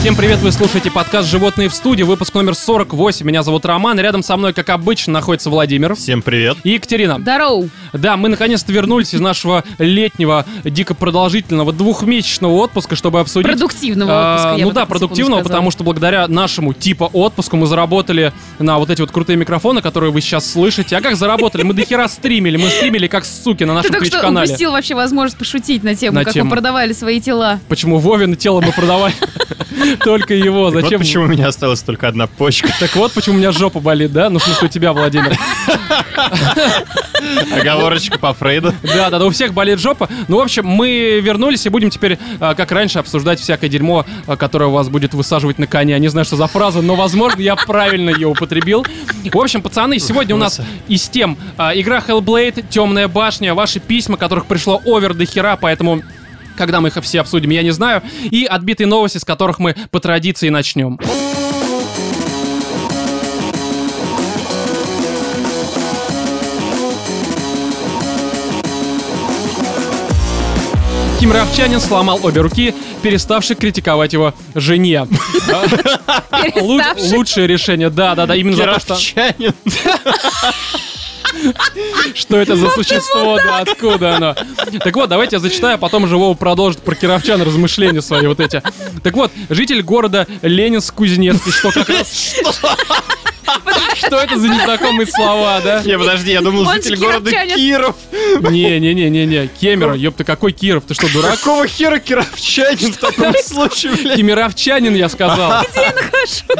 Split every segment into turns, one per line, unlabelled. Всем привет, вы слушаете подкаст «Животные в студии», выпуск номер 48. Меня зовут Роман, рядом со мной, как обычно, находится Владимир
Всем привет.
и Екатерина.
Здорово.
Да, мы наконец-то вернулись из нашего летнего, дико продолжительного, двухмесячного отпуска, чтобы обсудить...
Продуктивного
А,
отпуска. я
ну
бы
да,
так по-типому
продуктивного,
сказала.
потому что благодаря нашему типа отпуску мы заработали на вот эти вот крутые микрофоны, которые вы сейчас слышите. А как заработали? Мы дохера стримили, мы стримили как суки на
Ты
нашем
только что
Twitch-канале.
упустил вообще возможность пошутить на тему,
На
как
тему.
вы продавали свои тела.
Почему Вовин тело мы продавали? Только его.
Вот
Зачем?
почему у меня осталась только одна почка.
Так вот, почему у меня жопа болит, да? Ну, в смысле, у тебя, Владимир.
Оговорочка по Фрейду.
Да, да, да, у всех болит жопа. Ну, в общем, мы вернулись и будем теперь, а, как раньше, обсуждать всякое дерьмо, а, которое вас будет высаживать на коня. Не знаю, что за фраза, но, возможно, я правильно ее употребил. В общем, пацаны, сегодня у нас из тем а, игра Hellblade, Темная башня, ваши письма, которых пришло овер до хера, поэтому когда мы их все обсудим, я не знаю. И отбитые новости, с которых мы по традиции начнем. Ким Равчанин сломал обе руки, переставший критиковать его жене. А, Лу-
Переставший.
Лучшее решение, да, да, да, именно Ну, за то, что,
Кировчанин.
что это за существо, да, откуда оно. Так вот, давайте я зачитаю, а потом Живого продолжит про кировчан размышления свои вот эти. Так вот, житель города Ленинск-Кузнецкий, что как раз... Что это за незнакомые слова, да?
Не, подожди, я думал,
Он
житель
же
города
кировчанин.
Киров.
Не-не-не-не-не, Кемерово, ёпта, какой Киров, ты что, дурак?
Какого хера Кировчанин в таком случае, блядь?
Кемеровчанин, я сказал.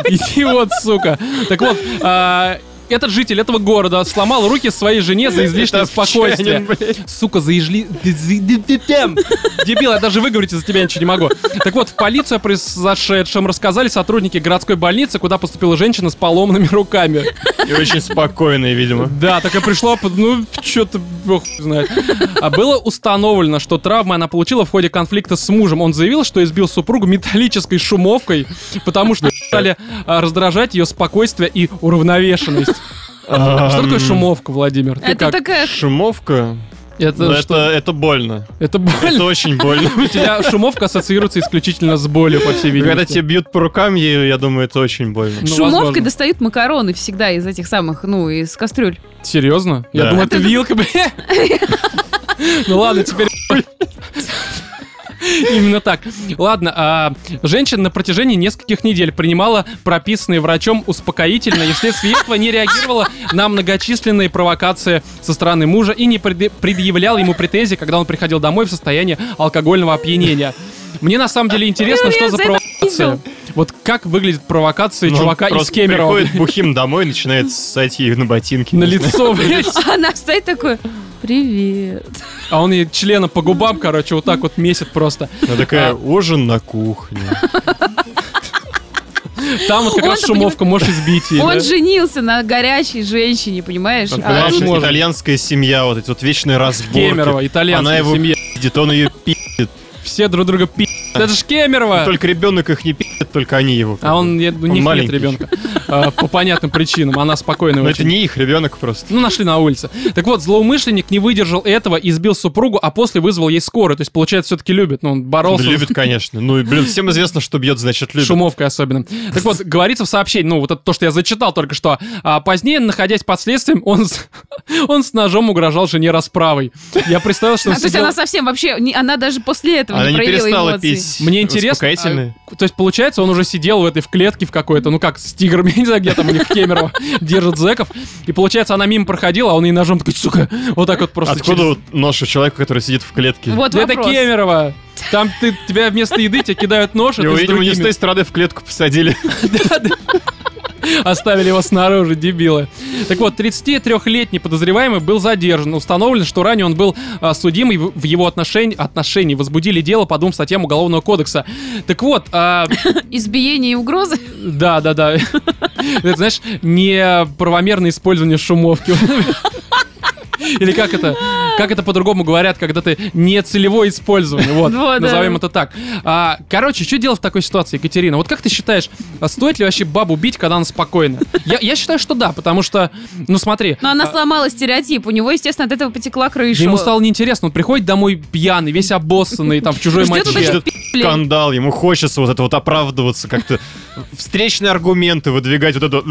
Иди вот, сука. Так вот, а, этот житель этого города сломал руки своей жене за излишнее спокойствие.
Кировчанин, блядь.
Сука, заезли... Дебил, я даже выговорить из-за тебя ничего не могу. Так вот, в полицию о произошедшем рассказали сотрудники городской больницы, куда поступила женщина с поломанными руками.
И очень спокойный, видимо.
Да, так и пришла, под- ну, что-то, бог хуй знает. А было установлено, что травмы она получила в ходе конфликта с мужем. Он заявил, что избил супругу металлической шумовкой, потому что стали а, раздражать ее спокойствие и уравновешенность. А, Что такое шумовка, Владимир? Ты
Это
как?
такая...
Шумовка? Ну,
Это
Это,
что?
это больно.
Это
Это
больно.
очень больно.
У тебя шумовка ассоциируется исключительно с болью, по всей
Когда
видимости.
тебя бьют по рукам, ею, я думаю, это очень больно.
Ну,
Шумовкой
возможно.
достают макароны всегда из этих самых, ну, из кастрюль.
Серьезно? Я
Да.
думал, это вилка, бля. Ну ладно, теперь... Именно так. Ладно, а, женщина на протяжении нескольких недель принимала прописанные врачом успокоительные и вследствие этого не реагировала на многочисленные провокации со стороны мужа и не преды- предъявляла ему претензии, когда он приходил домой в состоянии алкогольного опьянения. Мне на самом деле интересно,
Я
что за
за это
провокация.
видел.
Вот как выглядят провокации
Ну, он
чувака из
просто
Кемерово?
приходит бухим домой и начинает ссать ей на ботинки.
На
Не знаю.
лицо, блядь.
А она стоит такой... Привет.
А он ей члена по губам, короче, вот так вот месит просто.
Она такая,
А.
ужин на кухне.
Там вот как
Он-то
раз шумовка, можешь избить ее.
Он женился на горячей женщине, понимаешь?
Вот,
А
понимаешь,
тут-
возможно.
итальянская семья, вот эти вот вечные разборки.
Кемерово, итальянская
Она его
семья.
пиздит, он ее пиздит.
Все друг друга пи***. Это же Кемерово!
Только ребенок их не пиздит, только они его.
А он, я- у них нет
маленький
ребенка. А, По понятным причинам, она спокойная
Но
очень.
это не их ребенок просто.
Ну, нашли на улице. Так вот, злоумышленник не выдержал этого, избил супругу, а после вызвал ей скорую. То есть, получается, все-таки любит. Ну, он боролся.
любит, конечно. Ну, и, блин, всем известно, что бьет, значит, любит.
Шумовкой особенно. Так вот, говорится в сообщении, ну, вот это то, что я зачитал только что. А позднее, находясь под следствием, он с, он с ножом угрожал жене расправой. Я представил, что
А
он
то есть
сидел-
она совсем вообще... не- Она даже после этого
А Она
не
не
проявила
перестала
эмоций.
пить.
Мне интересно,
успокоительные.
а, то есть получается, он уже сидел в этой в клетке в какой-то, ну как с тиграми, я не знаю, где там у них в Кемерово держат зэков, и получается, она мимо проходила, а он ей ножом такой, сука, вот так вот просто.
Откуда
через-
вот нож у человека, который сидит в клетке?
Вот
Да Это
вопрос.
Кемерово. Там ты, тебя вместо еды тебе кидают нож, и
Его,
ты с
видимо, не с
другими.
той стороны в клетку посадили.
Оставили его снаружи, дебилы. Так вот, 33-летний подозреваемый был задержан. Установлено, что ранее он был а, судим, и в в его отношении, отношении возбудили дело по двум статьям Уголовного кодекса. Так вот, а,
Избиение и угрозы.
да, да, да. Это, знаешь, неправомерное использование шумовки. Или как это? как это по-другому говорят, когда ты не целевое использование. Вот,
Вот, да.
назовем это так. А, короче, что делать в такой ситуации, Екатерина? Вот как ты считаешь, а стоит ли вообще бабу бить, когда она спокойна? Я, я считаю, что да, потому что, ну смотри.
Но она
а,
сломала стереотип. У него, естественно, от этого потекла крыша.
да ему стало неинтересно, он приходит домой пьяный, весь обоссанный, там, в чужой
Ждёт вот
моче.
этих
Ждёт
пи***лей.
Скандал, ему хочется вот это вот оправдываться как-то. Встречные аргументы выдвигать, вот это...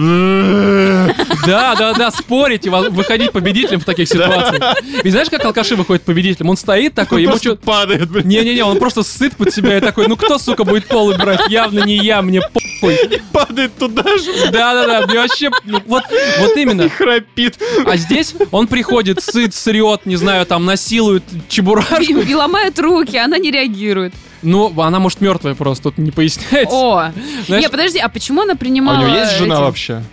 Да, да, да, спорить и во- выходить победителем в таких ситуациях. И знаешь, как алкаши выходят победителем? Он стоит такой, ему
Просто
что...
падает, блин.
Не-не-не, он просто сыт под себя и такой, ну кто, сука, будет полы брать? Явно не я, мне похуй.
падает туда же
Да-да-да, мне вообще... ну, Вот, вот
и
именно.
храпит.
А здесь он приходит, сыт, срет, не знаю, там, насилует чебурашку.
И, и ломает руки, она не реагирует.
Ну, она, может, мертвая просто, тут не поясняется.
О,
Знаешь-
не, подожди, а почему она
А
принимала?
у него есть жена
эти-
вообще?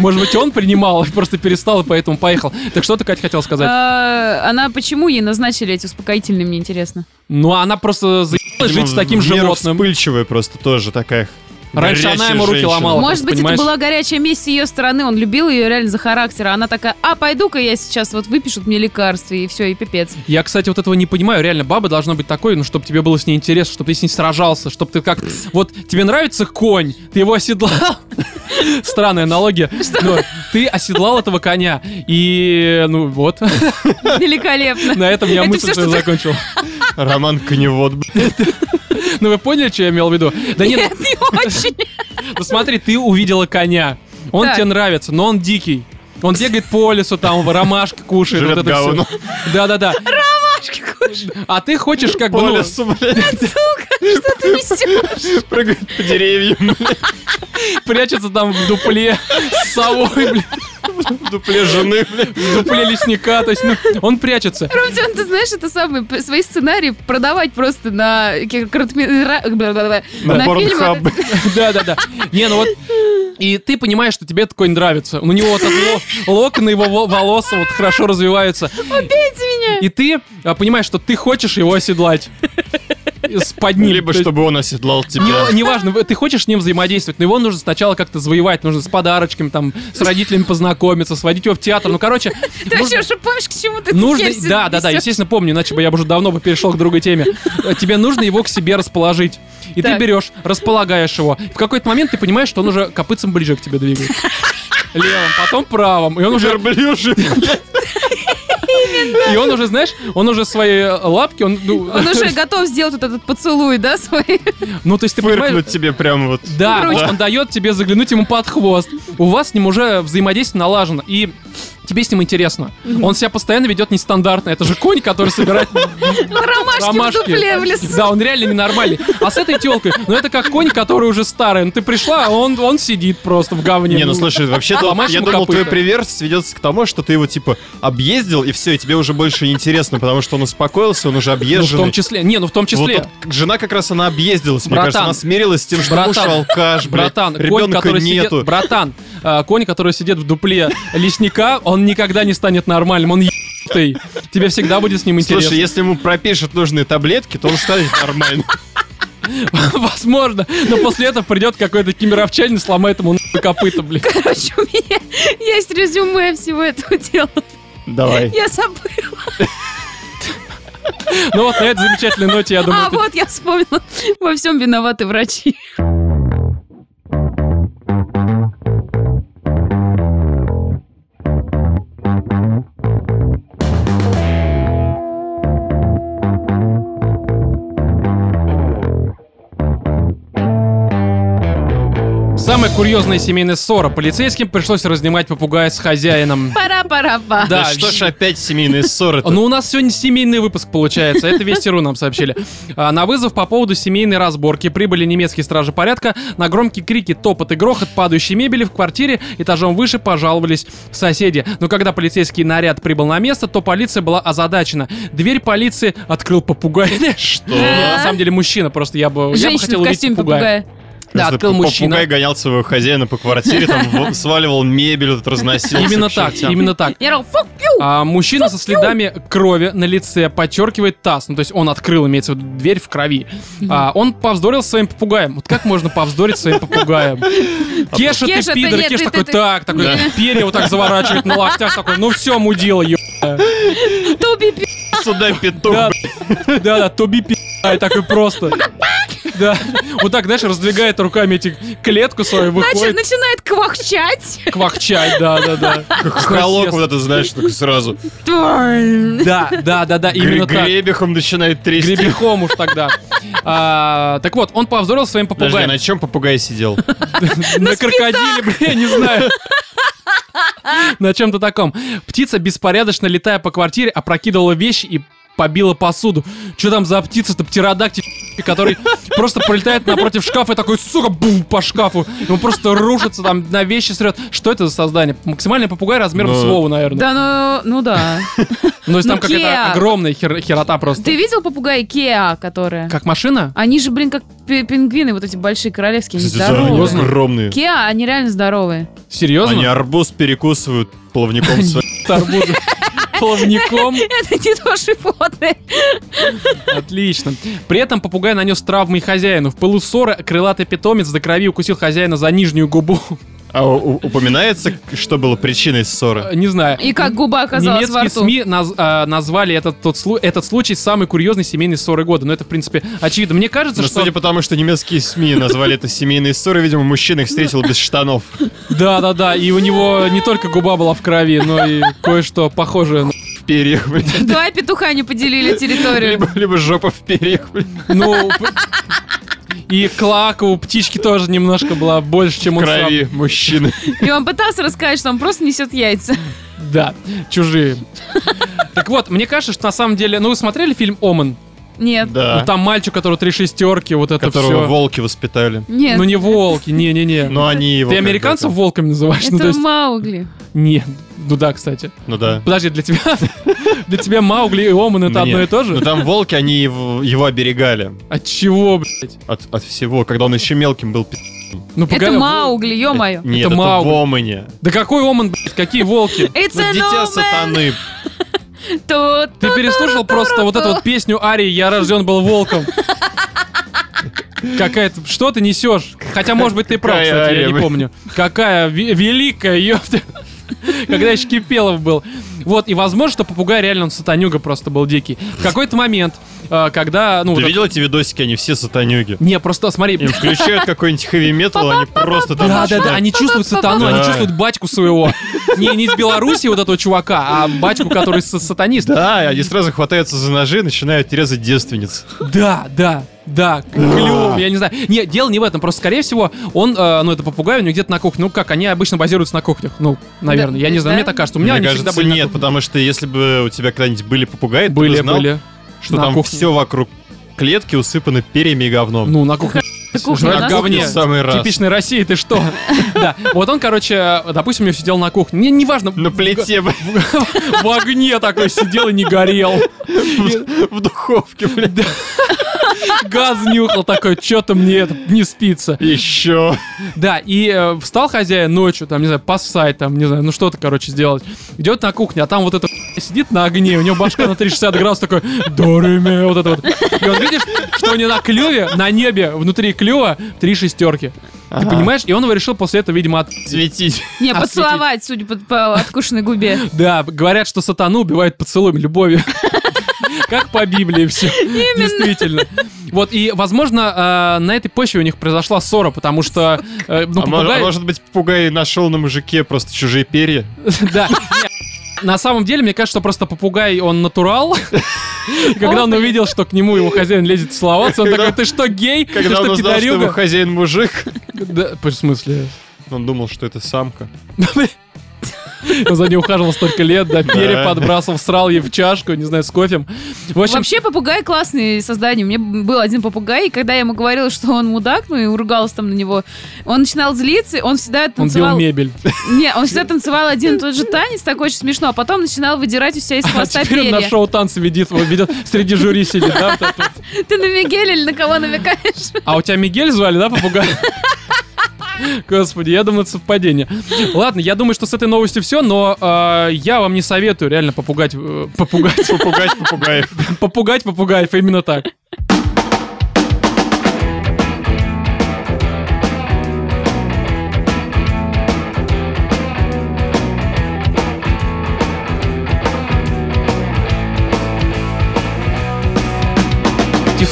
Может быть, он принимал, и просто перестал, и поэтому поехал. Так что ты, Кать, хотел сказать?
А, Она почему ей назначили эти успокоительные, мне интересно.
Ну, она просто
Типа,
заебалась жить с таким
Видимо, в меру
животным.
вспыльчивая просто тоже такая.
Раньше она
горячая
ему руки
женщина.
ломала.
Может быть,
понимаешь?
это была горячая месть с ее стороны, он любил ее реально за характер, а она такая, а пойду-ка я сейчас, вот выпишут мне лекарства, и все, и пипец.
Я, кстати, вот этого не понимаю. Реально, баба должна быть такой, ну, чтобы тебе было с ней интересно, чтобы ты с ней сражался, чтобы ты как... Вот тебе нравится конь, ты его оседлал. Странная аналогия. Но ты оседлал этого коня. И, ну, вот.
Великолепно.
На этом я
Это
мысль
всё,
свою
что ты-
закончил.
Роман Коневод, блин.
Ну, вы поняли, что я имел в виду? Да нет,
Нет, не очень.
ну, смотри, ты увидела коня. Он
Так.
тебе нравится, но он дикий. Он бегает по лесу, там ромашки кушает.
Жрет
вот это всё.
говно.
Да-да-да. А ты хочешь как бы...
По
ну,
лесу, блядь,
Что ты несешь?
прыгает по деревьям,
прячется там в дупле с совой, блин,
в дупле жены, блядь.
в дупле лесника, то есть, ну, он прячется.
Ромчон, ты знаешь, это самые п- свои сценарии продавать просто на ки- короткометра- бла-бла-бла,
На
на фильмы.
Pornhub.
Да-да-да. Не, ну вот, и ты понимаешь, что тебе такой нравится. У него вот этот ло- локоны его во- волоса вот хорошо развиваются.
Убейте меня!
И ты а, понимаешь, что ты хочешь его оседлать. С- Под ним.
Либо
То есть
чтобы он оседлал тебя.
не- Неважно, ты хочешь с ним взаимодействовать, но его нужно сначала как-то завоевать, нужно с подарочками, там, с родителями познакомиться, сводить его в театр. Ну, короче,
Ты
нужно-
вообще уже помнишь, к чему ты
Нужно,
теперь всё
да, да, да,
несёшь?
естественно, помню, иначе бы я бы уже давно бы перешел к другой теме. Э, Тебе нужно его к себе расположить. И ты
Так.
берешь, располагаешь его. В какой-то момент ты понимаешь, что он уже копытцем ближе к тебе двигает. Левым, потом правым. И он Типа, уже,
Верблюжий, блядь.
и он уже, знаешь, он уже свои э, лапки, он, ну,
Он уже готов сделать вот этот поцелуй, да, свой?
ну, то есть ты понимаешь,
Фыркнуть тебе прям вот.
Да,
Ручку.
он дает тебе заглянуть ему под хвост. У вас с ним уже взаимодействие налажено, и тебе с ним интересно. Он себя постоянно ведет нестандартно. Это же конь, который собирает
Ну, ромашки в дупле в лесу.
Да, он реально ненормальный. А с этой телкой, ну это как конь, который уже старый. Ну ты пришла, а он, он сидит просто в говне.
Не, ну слушай, вообще-то
Ломаешь
я
ему
думал,
копыта.
твой привет сведется к тому, что ты его типа объездил, и все, и тебе уже больше не интересно, потому что он успокоился, он уже
Ну, в том
объезженный.
числе. Не, ну в том числе.
Вот тут жена как раз она объездилась, мне
Братан.
кажется, она смирилась с тем, что муж
Братан.
алкаш, блядь,
Братан, конь,
ребенка
который сидит,
нету.
братан, э, конь, который сидит в дупле лесника, он никогда не станет нормальным, он ебанутый. Тебе всегда будет с ним интересно.
Слушай, если ему пропишут нужные таблетки, то он станет нормально.
Возможно, но после этого придет какой-то кемеровчанин, сломает ему нахуй копыта, блин.
Короче, у меня есть резюме всего этого дела.
Давай.
Я забыла.
Ну вот на этой замечательной ноте, я думаю,
А,
ты-
вот я вспомнила. Во всем виноваты врачи.
самая курьезная семейная ссора. Полицейским пришлось разнимать попугая с хозяином.
Пора-пора-па.
Да,
Да что ж опять семейные ссоры
Ну, у нас сегодня семейный выпуск получается. Это Вестеру нам сообщили. А, На вызов по поводу семейной разборки прибыли немецкие стражи порядка. На громкие крики, топот и грохот падающей мебели в квартире этажом выше пожаловались соседи. Но когда полицейский наряд прибыл на место, то полиция была озадачена. Дверь полиции открыл попугай.
Что?
Не, на самом деле мужчина, просто я бы, я бы
Женщина
хотел
в
увидеть
костюме
попугая.
попугая.
Да,
Просто
открыл
п-
мужчина.
Попугай гонял своего хозяина по квартире, там в- сваливал мебель, вот, разносил.
Именно
всё к
так,
чертям.
именно так.
Я орал, «Фу, пью!»
А мужчина со следами крови на лице подчеркивает таз. Ну, то есть он открыл, имеется в виду, дверь в крови. А, он повздорил с своим попугаем. Вот как можно повздорить с своим попугаем? Кеша, ты
Кеша, ты
пидор.
нет,
Кеша
ты-
такой,
ты- ты-
так, такой,
Да.
перья вот так заворачивает на лохтях, такой, ну все, мудила, ё-
Тоби пи***.
Сюда петух,
Да,
блядь.
да, да, Тоби пи***, и такой просто. Да, вот так, знаешь, раздвигает руками эти клетку свою,
Начи-
выходит,
начинает квахчать.
квахчать, да, да, да.
Холок вот это, знаешь, такой сразу.
Ой.
Да, да, да, да, именно
Гре-
так.
Гребехом начинает трясти.
Гребехом уж тогда. А, так вот, он повздорил своим
Подожди, а
попугаем.
на чем попугай сидел?
На крокодиле, бля, я не знаю. На чем-то таком. Птица, беспорядочно летая по квартире, опрокидывала вещи и побила посуду. Что там за птица-то, птеродактик, который просто пролетает напротив шкафа и такой, сука, бум, по шкафу. Он просто рушится, там на вещи срет. Что это за создание? Максимальный попугай размером
Ну,
с Вову, наверное.
Да, ну, ну да.
Ну, если там
ну,
какая-то
Кеа.
огромная хер- херота просто.
Ты видел попугая Кеа, которая?
Как машина?
Они же, блин, как пе- пингвины, вот эти большие королевские, они здоровые.
серьезно?
Огромные.
Кеа, они реально здоровые.
Они
Серьезно?
арбуз перекусывают плавником своим.
Арбузы. Плавником.
Это не то животное.
Отлично. При этом попугай нанес травмы и хозяину. В пылу ссоры крылатый питомец до крови укусил хозяина за нижнюю губу.
А у- упоминается, что было причиной ссоры?
Э, Не знаю.
И как губа оказалась во
Немецкие
рту.
СМИ наз- э, назвали этот, тот слу- этот случай самый курьезной семейной ссоры года. Но это, в принципе, очевидно. Мне кажется,
Но
что...
Ну, судя по тому, что немецкие СМИ назвали это семейной ссорой, видимо, мужчина их встретил без штанов.
Да-да-да, и у него не только губа была в крови, но и кое-что похожее. на-
В перьях, блядь.
Два Ну, а петуха не поделили территорию.
Либо, либо жопа в перьях, блядь.
Ну... п- И клака у птички тоже немножко была больше, чем
В
он сам.
крови мужчины.
И он пытался рассказать, что он просто несет яйца.
Да, чужие. Так вот, мне кажется, что на самом деле... Ну, вы смотрели фильм «Омен»?
Нет.
Ну,
Да.
там мальчик, который три шестерки, вот это
Которого
все.
волки воспитали.
Нет.
Ну не волки, не-не-не.
Но они его...
Ты
как бы
американцев
это-
волками называешь?
Это
Ну, то есть,
Маугли.
не, ну да, кстати.
Ну да.
Подожди, для тебя, для тебя Маугли и Оман это
Ну, нет.
одно и то же?
Ну там волки, они его, его оберегали
От чего, блядь?
от, от всего, когда он еще мелким был. пи***.
Ну
Это
погоди,
Маугли, ё-моё.
Нет,
Это
это,
Маугли.
в Омане.
Да какой Оман, блядь, какие волки?
It's
Ну,
an
дитя
omen.
сатаны.
Тут-
Ты переслушал просто вот эту вот песню Арии «Я рожден был волком». Какая-то... Что ты несешь? Хотя, может быть, ты прав,
Какая
кстати, я не
Ария,
помню. Какая ве- великая, ёпта. Когда еще Кипелов был. Вот, и возможно, что попугай реально он сатанюга просто был дикий. В какой-то момент, э, когда... ну
Ты
вот-
видел эти видосики? Они все сатанюги.
Не, просто смотри...
Им включают какой-нибудь хэви-метал, они просто там...
Да, да,
начинают.
да, они чувствуют сатану, они
Да.
чувствуют батьку своего. Не, не из Беларуси вот этого чувака, а батьку, который с- сатанист.
Да, и они сразу хватаются за ножи и начинают резать девственниц.
Да, да, да, клюв, я не знаю. Не, дело не в этом, просто, скорее всего, он, э, ну, это попугай, у него где-то на кухне. Ну, как, они обычно базируются на кухнях, ну, наверное, я не знаю,
да.
мне так кажется. У меня
Мне
они
кажется,
всегда были на
нет,
кухне.
потому что если бы у тебя когда-нибудь были попугаи, ты бы
Были,
знал,
были.
что
На
там
кухне.
все вокруг клетки усыпано перьями и говном.
Ну, на кухне.
кухня,
Жрать
да?
говне.
В самый раз.
Типичной России, ты что? Да, вот он, короче, допустим, у него сидел на кухне. Не, неважно,
На плите, блядь,
в огне такой сидел и не горел.
в духовке, блядь.
Газ нюхал такой, что-то мне это не спится.
Еще.
Да, и э, встал хозяин ночью, там, не знаю, поссать, там, не знаю, ну что-то, короче, сделать. Идет на кухню, а там вот это сидит на огне, у него башка на 360 градусов такой, дореме, вот это вот. И он видишь, что у него на клюве, на небе, внутри клюва три шестерки. Ты понимаешь? И он его решил после этого, видимо, от...
Светить.
Не,
Осветить.
поцеловать, судя по, по откушенной губе.
Да, говорят, что сатану убивает поцелуем, любовью. Как по Библии все. Действительно. Вот, и, возможно, э, на этой почве у них произошла ссора, потому что... э, ну,
а, мож- а
попугай-
может быть, попугай нашел на мужике просто чужие перья?
Да. не, На самом деле, мне кажется, что просто попугай, он натурал. И Когда он увидел, что к нему его хозяин лезет целоваться, он
Когда-
такой, ты что, гей? Ты
Когда он
что,
узнал, что его
пидорюга?
хозяин мужик,
Да, в смысле?
он думал, что это самка.
Он за ней ухаживал столько лет, да, перья
Да.
подбрасывал, срал ей в чашку, не знаю, с кофем. В общем,
Вообще попугай классные создания. У меня был один попугай, и когда я ему говорила, что он мудак, ну и ругалась там на него, он начинал злиться, и он всегда
он бил
танцевал...
мебель.
Не, он всегда танцевал один и тот же танец, такой очень смешно, а потом начинал выдирать у себя из
А
хвоста
теперь он на
перья.
шоу танцы ведет, вот ведет, среди жюри сидит, да? вот это вот.
Ты на Мигеля или на кого намекаешь?
А у тебя Мигель звали, да, попугай? Господи, я думаю, это совпадение. Ладно, я думаю, что с этой новостью все, но э, я вам не советую реально попугать, э, попугать,
Попугать попугаев.
Попугать попугаев, именно так.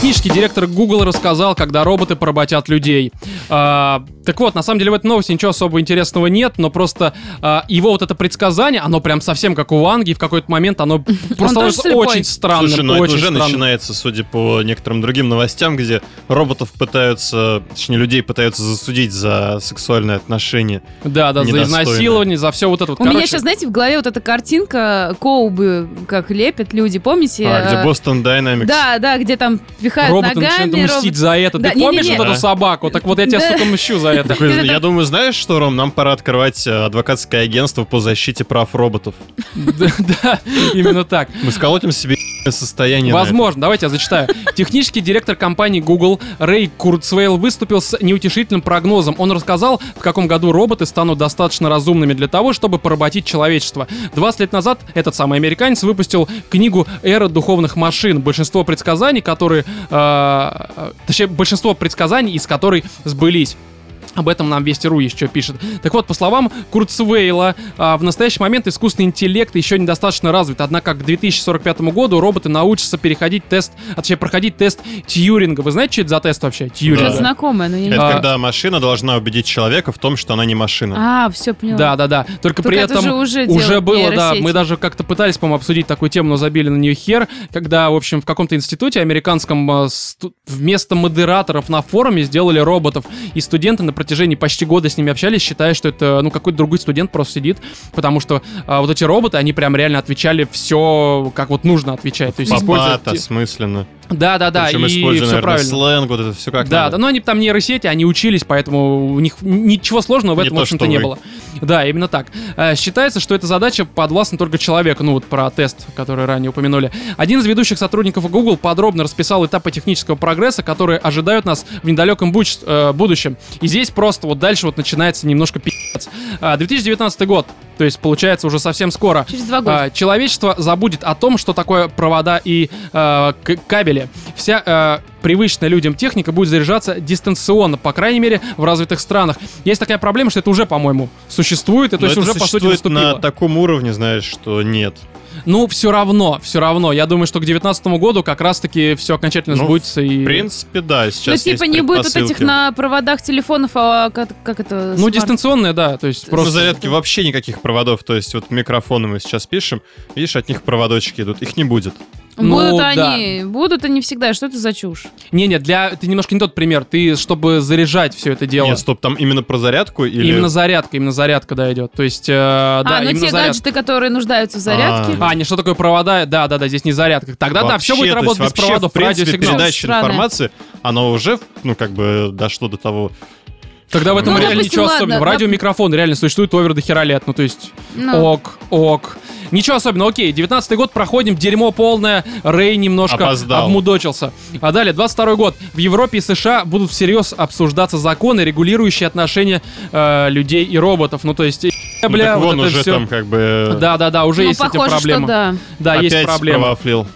книжке директор Google рассказал, когда роботы поработят людей. А, так вот, на самом деле в этой новости ничего особо интересного нет, но просто а, его вот это предсказание, оно прям совсем как у Ванги, и в какой-то момент оно просто
тоже
становится
слепой.
очень странным.
Слушай, ну это
очень
уже
странным.
начинается, судя по некоторым другим новостям, где роботов пытаются, точнее, людей пытаются засудить за сексуальные отношения.
Да, да, за
недостойно.
изнасилование, за все вот это вот.
У меня
Короче,
сейчас, знаете, в голове вот эта картинка Коубы, как лепят люди, помните?
А, где
Э,
Бостон Dynamics.
Да, да, где там пихают
роботы
ногами.
начинают мстить за это.
Да,
Ты помнишь
не-не-не.
вот эту
Да.
собаку? Так вот я тебя,
Да.
сука, мщу за это.
Такой,
Это
я
так-
думаю, знаешь что, Ром, нам пора открывать э, адвокатское агентство по защите прав роботов.
Да, да, именно так.
Мы сколотим себе состояние. на это.
Возможно, давайте я зачитаю. Технический директор компании Google Рэй Курцвейл выступил с неутешительным прогнозом. Он рассказал, в каком году роботы станут достаточно разумными для того, чтобы поработить человечество. 20 лет назад этот самый американец выпустил книгу «Эра духовных машин». Большинство предсказаний, которые... э, точнее, большинство предсказаний, из которой сбылись. Об этом нам Вести.ру еще пишет. Так вот, по словам Курцвейла, а, в настоящий момент искусственный интеллект еще недостаточно развит, однако к 2045 году роботы научатся переходить тест, а, точнее, проходить тест Тьюринга. Вы знаете, что это за тест вообще?
Что-то
Да.
Тьюринга.
знакомое, но я не
Это
А.
когда машина должна убедить человека в том, что она не машина.
А, все, поняла.
Да, да, да. Только при
это
этом
же уже
уже
делают
было, да.
нейросети.
Мы даже как-то пытались, по-моему, обсудить такую тему, но забили на нее хер, когда, в общем, в каком-то институте американском э, сту- вместо модераторов на форуме сделали роботов, и студенты на протяжении почти года с ними общались, считая, что это, ну, какой-то другой студент просто сидит, потому что а, вот эти роботы, они прям реально отвечали все, как вот нужно отвечать. То есть использовать...
Попато, смысленно.
Да, да, да,
Причем
и
используя,
все
наверное,
правильно.
сленг, вот это все как
Да,
надо.
да, ну, но они там нейросети, они учились, поэтому у них ничего сложного в
Не
этом,
то,
в общем-то,
что
не
вы.
было. Да, именно так. Э, Считается, что эта задача подвластна только человеку, ну вот про тест, который ранее упомянули. Один из ведущих сотрудников Google подробно расписал этапы технического прогресса, которые ожидают нас в недалеком буч- э, будущем. И здесь просто вот дальше вот начинается немножко пи***ц. А, 2019 год, то есть получается уже совсем скоро.
Через два года.
А, Человечество забудет о том, что такое провода и э, к- кабели. Вся э, привычная людям техника будет заряжаться дистанционно, по крайней мере, в развитых странах. Есть такая проблема, что это уже, по-моему, существует, и то
Но
есть
это
уже, по сути,
существует
наступило.
на таком уровне, знаешь, что нет.
Ну, все равно, все равно. Я думаю, что к 2019 году как раз-таки все окончательно
Ну,
сбудется. И...
В принципе, да, сейчас
Ну, типа,
есть
не будет вот этих
предпосылки.
на проводах телефонов, а как, как это?
Ну,
смарт-
дистанционное, да, то есть
Просто
просто...
зарядки вообще никаких проводов. То есть вот микрофоны мы сейчас пишем, видишь, от них проводочки идут. Их не будет.
Будут
Ну,
они, будут они всегда. Что это за чушь?
Не-не, для... Ты немножко не тот пример. Ты, чтобы заряжать все это дело.
Нет, стоп, там именно про зарядку или...
Именно зарядка, именно зарядка, да, идет. То есть, э, да,
а, ну
именно
те
зарядка.
гаджеты, которые нуждаются в зарядке.
А, не что такое провода? Да, да, да, здесь не зарядка. Тогда да, все
Вообще,
будет
то есть
работать без
вообще,
проводов,
в принципе,
радиосигнал.
передача
Странно.
информации, она уже, ну, как бы дошло до того...
Тогда в этом
Ну,
реально
допустим,
ничего
ладно,
особенного.
доп-
Радиомикрофон реально существует овер до хера лет. Ну, то есть,
Ну.
ок, ок. Ничего особенного, окей, 19-й год, проходим, дерьмо полное, Рэй немножко
Опоздал.
обмудочился. А далее, 22-й год. В Европе и США будут всерьез обсуждаться законы, регулирующие отношения э, людей и роботов. Ну, то есть, э,
Ну,
бля,
так
вот
вон
это
уже
все.
там как бы...
Да-да-да, уже
ну,
есть с этим
похоже,
проблема.
что да.
Да,
опять
есть проблема.
провафлил.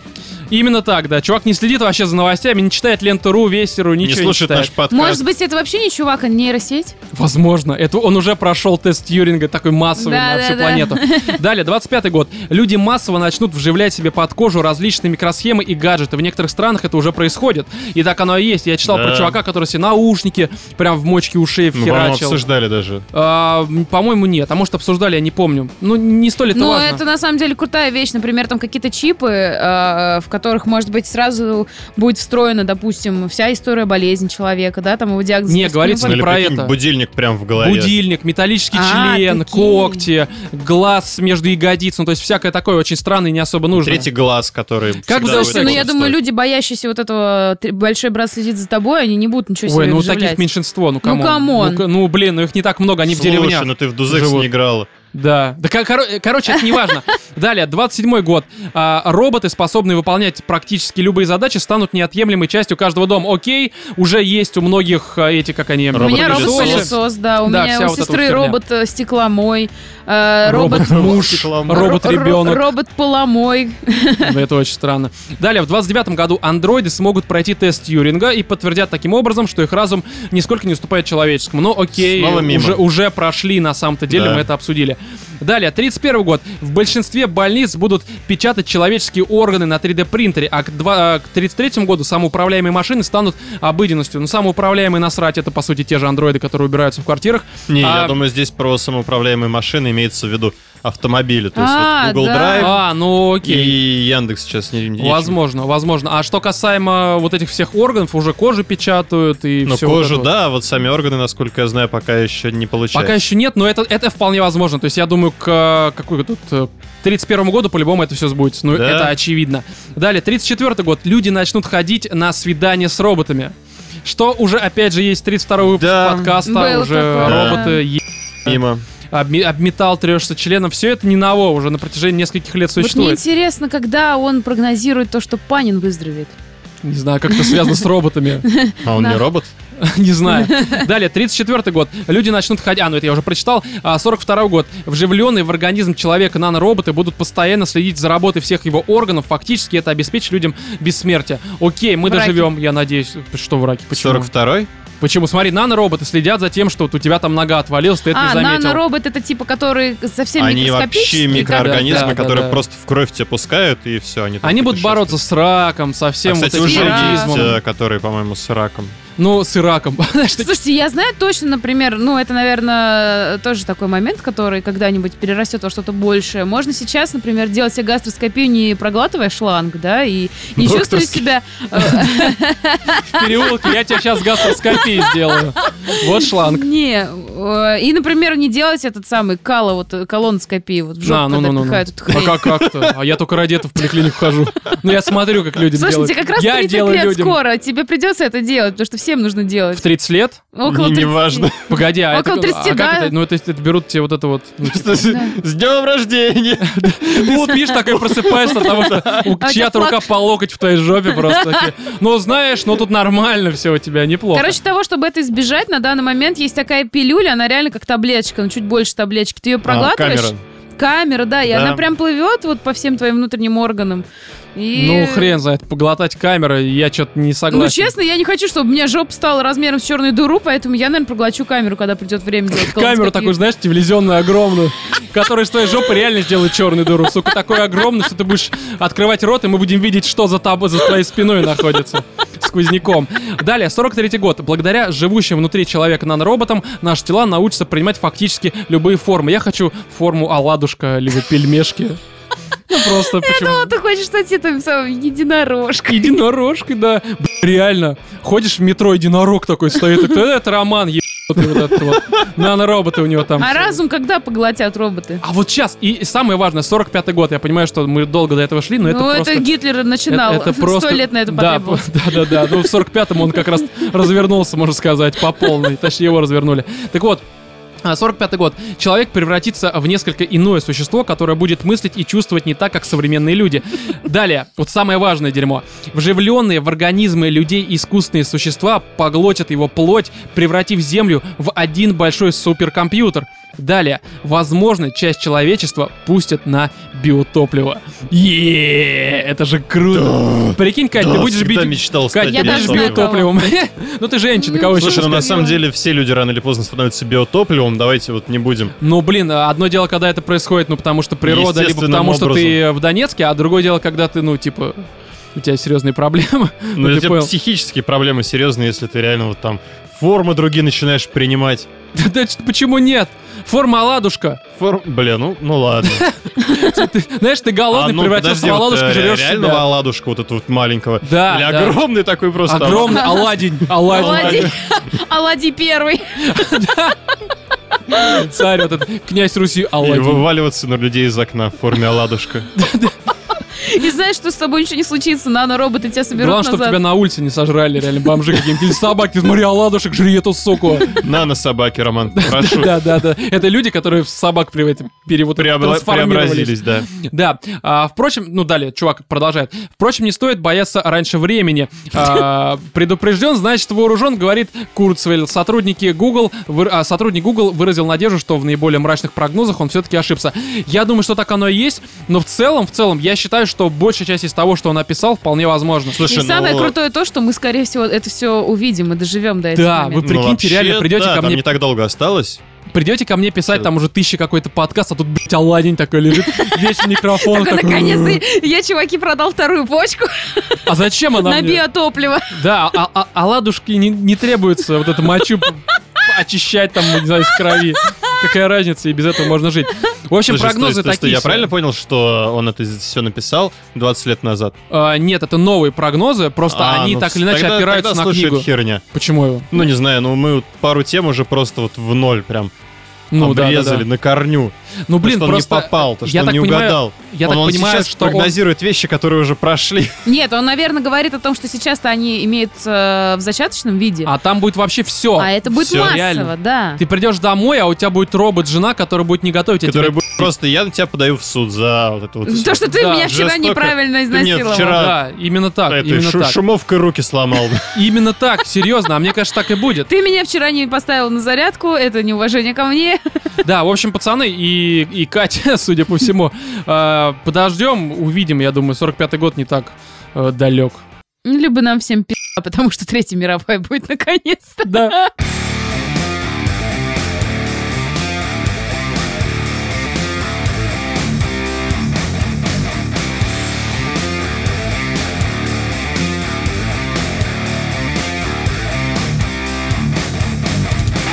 Именно так, да. Чувак не следит вообще за новостями, не читает ленту.ру, весеру,
Не
ничего не,
слушает
читает.
наш подкаст.
Может быть, это вообще не чувак, а нейросеть?
Возможно, это он уже прошел тест Тьюринга такой массовый
Да,
на
да,
всю
да.
планету. Далее, 25-й год. Люди массово начнут вживлять себе под кожу различные микросхемы и гаджеты. В некоторых странах это уже происходит. И так оно и есть. Я читал
Да. Ну,
про чувака, который себе наушники прям в мочке ушей
Мы, по-моему,
вхерачил.
обсуждали даже.
А, м, по-моему, нет. А может, обсуждали, я не помню. Ну, не столь это
ну,
важно.
это на самом деле крутая вещь. Например, там какие-то чипы, э, в которых, может быть, сразу будет встроена, допустим, вся история болезни человека, да, там его диагноз.
Не, говорится, не
Ну, или
про
прикинь,
это.
будильник прям в голове.
Будильник, металлический
А,
член,
такие.
когти, глаз между ягодиц. Ну, то есть всякое такое очень странное и не особо нужно.
Третий глаз, который... всегда
бы,
будет
слушайте,
Слушайте, ну я
рядом
думаю,
стоять.
люди, боящиеся вот этого «Тр- большой брат следит за тобой, они не будут ничего себе
Ой, ну
вживлять.
таких меньшинство, ну камон.
камон.
Ну, к- ну, блин, ну их не так много, они в
Слушай,
деревнях.
ну ты в Дузекс
живут.
не играла.
Да. Да, кор- коро- короче, это не важно. Далее, 27-й год. А, роботы, способные выполнять практически любые задачи, станут неотъемлемой частью каждого дома. Окей, уже есть у многих а, эти, как они...
У меня
Робот-пылесос.
робот-пылесос, да, у
Да,
меня
вся
у
вот эта
сестры
вот херня.
робот э, стекломой, э, робот...
Робот-муж,
Стеклом.
робот-ребенок.
Робот поломой.
Ну, Это очень странно. Далее, в 29 году андроиды смогут пройти тест Юринга и подтвердят таким образом, что их разум нисколько не уступает человеческому. Ну, окей,
Снова мимо.
уже, уже прошли на самом-то деле,
Да.
мы это обсудили. Далее, 31 год. В большинстве больниц будут печатать человеческие органы на 3D-принтере, а к, два- а к 33 году самоуправляемые машины станут обыденностью. Но самоуправляемые насрать, это, по сути, те же андроиды, которые убираются в квартирах.
Не,
А,
я думаю, здесь про самоуправляемые машины имеется в виду автомобили. То есть
А,
вот Google
да.
Drive
А, ну окей.
Э, и Яндекс сейчас не... не-
Возможно, возможно. А что касаемо вот этих всех органов, уже кожу печатают и
Ну,
все.
кожу, да, а вот сами органы, насколько я знаю, пока еще не получается.
Пока еще нет, но это, это вполне возможно. То есть я думаю, к э, какой тут э, 31 году по-любому это все сбудется. Ну,
Да?
это очевидно. Далее, 34 год. Люди начнут ходить на свидание с роботами. Что уже, опять же, есть 32 выпуск
Да.
подкаста,
Было
уже
такое,
да.
роботы, е-
Мимо.
обме- обметал, трешься членом. Все это не ново, уже на протяжении нескольких лет
Вот мне
существует.
интересно, когда он прогнозирует то, что Панин выздоровеет.
не знаю, как это связано с роботами.
А он
Да.
не робот?
Не знаю. Далее, 34 год. Люди начнут ходить... А, ну это я уже прочитал. 42 год. Вживленные в организм человека нанороботы будут постоянно следить за работой всех его органов. Фактически это обеспечит людям бессмертие. Окей, мы
Враки.
доживем, я надеюсь. Что враки? Почему?
42-й?
Почему? Смотри, нанороботы следят за тем, что вот у тебя там нога отвалилась, ты это не
а,
заметил.
наноробот это типа, который совсем
Они вообще микроорганизмы,
Да, да, да,
которые
да.
просто в кровь тебя пускают, и все. Они, там
Они будут
путешествуют.
бороться с раком, со
А,
всем вот
кстати,
этим
уже
раком.
есть,
организмом.
э, которые, по-моему, с раком.
Ну, с ираком. Знаешь, ты-
Слушайте, я знаю точно, например, ну, это, наверное, тоже такой момент, который когда-нибудь перерастет во что-то большее. Можно сейчас, например, делать себе гастроскопию, не проглатывая шланг, да, и не чувствуя
Докторский.
себя... э,
В переулке я тебе сейчас гастроскопию сделаю. Вот шланг.
Не, э, и, например, не делать этот самый кало, вот э, колоноскопию, вот в
Да, ну,
жопу,
ну,
когда
ну, ну.
пихают
А
эту хрень.
как как-то? А я только ради этого в поликлинику хожу. Ну, я смотрю, как люди
Слушай,
делают.
тебе как раз
я
30
делаю
лет
людям.
скоро, тебе придется это делать, потому что всем нужно
В
делать.
30 лет?
Около
Не-
30.
неважно.
Погоди, а
Около
это...
30,
а как
да.
это? Ну, это, это берут тебе вот это вот... ну, типа,
С с днем рождения!
Ты спишь, такой просыпаешься, потому что у-
А у
чья-то
тебя
рука по локоть в твоей жопе просто. такие, Ну, знаешь, ну тут нормально все у тебя, неплохо.
Короче, того, чтобы это избежать, на данный момент есть такая пилюля, она реально как таблеточка, ну чуть больше таблеточки.
А,
Ты ее проглатываешь?
А, камера.
Камера, да, и
Да.
она прям плывет вот по всем твоим внутренним органам. И...
Ну, хрен знает, поглотать камеры, я что-то не согласен.
Ну, честно, я не хочу, чтобы у меня жопа стала размером с черную дыру, поэтому я, наверное, проглочу камеру, когда придет время делать
Камеру
колоноскопию.
такую, знаешь, телевизионную огромную, которая с твоей жопы реально сделает черную дыру. Сука, такой огромный, что ты будешь открывать рот, и мы будем видеть, что за тобой, за твоей спиной находится сквозняком. Далее, 43 год. Благодаря живущим внутри человека нанороботам наши тела научатся принимать фактически любые формы. Я хочу форму оладушка, либо пельмешки. Ну просто почему?
Ну, ты хочешь стать этим самым единорожкой.
Единорожкой, да. Б, реально. Ходишь в метро, единорог такой стоит. Это, это Роман, ебанутый вот этот вот. Нанороботы у него там.
А разум когда поглотят роботы?
А вот сейчас, и и самое важное, 45-й год, я понимаю, что мы долго до этого шли, но это
ну,
просто...
это Гитлер начинал.
это- это просто-
Сто лет на это
да,
потребовалось.
по- Да, да, да. Ну, в 45-м он как раз развернулся, можно сказать, по полной. Точнее, его развернули. Так вот, а, 45-й год. Человек превратится в несколько иное существо, которое будет мыслить и чувствовать не так, как современные люди. Далее, вот самое важное дерьмо. Вживленные в организмы людей искусственные существа поглотят его плоть, превратив Землю в один большой суперкомпьютер. Далее, возможно, часть человечества пустят на биотопливо. е Это же круто! Прикинь, Кать, ты
Да,
будешь
всегда
бить...
мечтал
Кать,
стать
ты
Я
будешь
даже знаю,
биотопливом.
биотопливом. Ну ты женщина, кого еще?
Слушай, ну на
Биотопливо.
самом деле все люди рано или поздно становятся биотопливом, давайте вот не будем.
Ну, блин, а одно дело, когда это происходит, ну, потому что природа, либо
Естественным
потому что ты в Донецке, а другое дело, когда ты, ну, типа, у тебя серьезные проблемы. Ну,
Но
ты
у тебя
понял.
Ну, психические проблемы серьезные, если ты реально вот там формы другие начинаешь принимать.
Да, да, ч- почему нет? Форма оладушка.
Форм... Бля, ну, ну ладно.
Ты- Знаешь, ты
А,
голодный,
ну,
превратился
подожди,
в
вот,
оладушку,
э,
жрешь
Реально
себя.
оладушку вот эту вот маленького.
Да,
Бля,
да.
огромный такой просто.
Огромный оладень. Оладень.
Олади, Олади первый.
Царь вот этот, князь Руси,
И
оладень.
вываливаться на людей из окна в форме оладушка.
И знаешь, что с тобой ничего не случится, нанороботы тебя соберут
Главное, чтобы
назад.
тебя на улице не сожрали, реально, бомжи какие-нибудь. Или собаки, смотри, оладушек, жри эту соку.
На, на собаки, Роман, прошу.
Да, да, да. Это люди, которые в собак при этом пере- вот
Преобла-
трансформировались.
Преобразились, да.
Да. А, впрочем, ну далее, чувак продолжает. Впрочем, не стоит бояться раньше времени. А, предупрежден, значит вооружен, говорит Курцвель. Сотрудники Google, вы- а, сотрудник Google выразил надежду, что в наиболее мрачных прогнозах он все-таки ошибся. Я думаю, что так оно и есть, но в целом, в целом, я считаю, что большая часть из того, что он описал, вполне возможно.
Слушай,
И
ну,
самое крутое то, что мы, скорее всего, это все увидим и доживем до этого
Да, вы
момента.
ну,
прикиньте,
вообще,
реально придете
да,
ко
там
мне-
не так долго осталось.
придете ко мне писать, там уже тысяча какой-то подкаст, а тут, блядь, оладень такой лежит, весь микрофон.
Такой,
такой,
наконец-то, я, чуваки, продал вторую почку
А зачем она
на
мне?
биотопливо.
Да, а- а- оладушки не, не требуется вот эту мочу п- очищать там, не знаю, из крови. Какая разница, и без этого можно жить. В общем,
Слушай,
прогнозы
стой, стой,
такие.
стой, Я
себе.
правильно понял, что он это все написал 20 лет назад?
А, нет, это новые прогнозы, просто
А,
они
ну,
так или иначе
тогда-
опираются
тогда,
на
слушай,
книгу.
это херня.
Почему его?
Ну, не знаю, ну мы вот пару тем уже просто вот в ноль прям
Ну да, да,
обрезали
да.
на корню.
Ну
То,
блин,
что он
просто
не попал, то, что
я
он
так
не
понимаю-
угадал.
я
он,
так
он
понимаю,
сейчас
что он-
прогнозирует вещи, которые уже прошли.
Нет, он, наверное, говорит о том, что сейчас-то они имеются в зачаточном виде.
а там будет вообще все.
А это будет
всё,
массово,
реально.
да.
Ты придешь домой, а у тебя будет робот-жена, которая будет не готовить. а
которые
тебе-
будут просто я на тебя подаю в суд за вот это вот.
То, что ты
Да,
меня вчера
жестоко.
неправильно
Ты мне
изнасиловал.
вчера-
Да, именно так,
Этой
именно
шу-
так.
шумовкой руки сломал.
Именно так, серьезно. А мне кажется, так и будет.
Ты меня вчера не поставил на зарядку, это неуважение ко мне.
Да, в общем, пацаны и, и Катя, судя по всему, э, подождем, увидим. Я думаю, 45-й год не так э, далек.
Ну, Либо нам всем пи***, потому что Третья мировая будет наконец-то.
Да.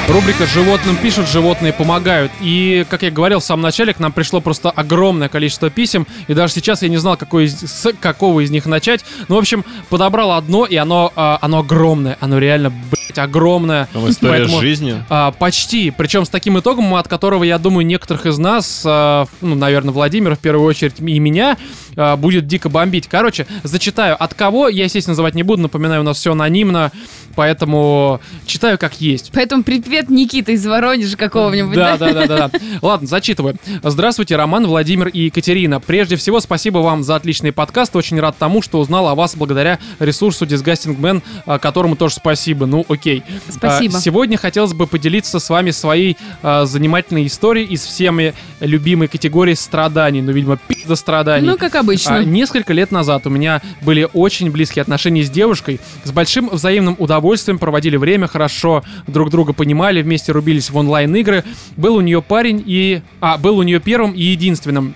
Рубрика «Животным пишут, животные помогают». И, как я говорил в самом начале, к нам пришло просто огромное количество писем. И даже сейчас я не знал, какой из- с какого из них начать. Ну, в общем, подобрал одно, и оно, а, оно огромное. Оно реально, блядь, огромное.
Там Ну, история
Поэтому-
жизни.
А, почти. Причем с таким итогом, от которого, я думаю, некоторых из нас, а, в- ну, наверное, Владимира в первую очередь и меня, а, будет дико бомбить. Короче, зачитаю. От кого, я, естественно, называть не буду. Напоминаю, у нас все анонимно, поэтому читаю как есть.
Поэтому привет Никита из Воронежа какого-нибудь.
Да, да, да, да, да. Ладно, зачитываю. Здравствуйте, Роман, Владимир и Екатерина. Прежде всего, спасибо вам за отличный подкаст. Очень рад тому, что узнал о вас благодаря ресурсу Disgusting Man, а, которому тоже спасибо. Ну, окей.
Спасибо.
А, Сегодня хотелось бы поделиться с вами своей а, занимательной историей из всеми любимой категории страданий. Ну, видимо, пизда страданий.
Ну, как
А,
обычно.
Несколько лет назад у меня были очень близкие отношения с девушкой. С большим взаимным удовольствием проводили время, хорошо друг друга понимали, вместе рубились в онлайн-игры. Был у нее парень и... А, был у нее первым и единственным.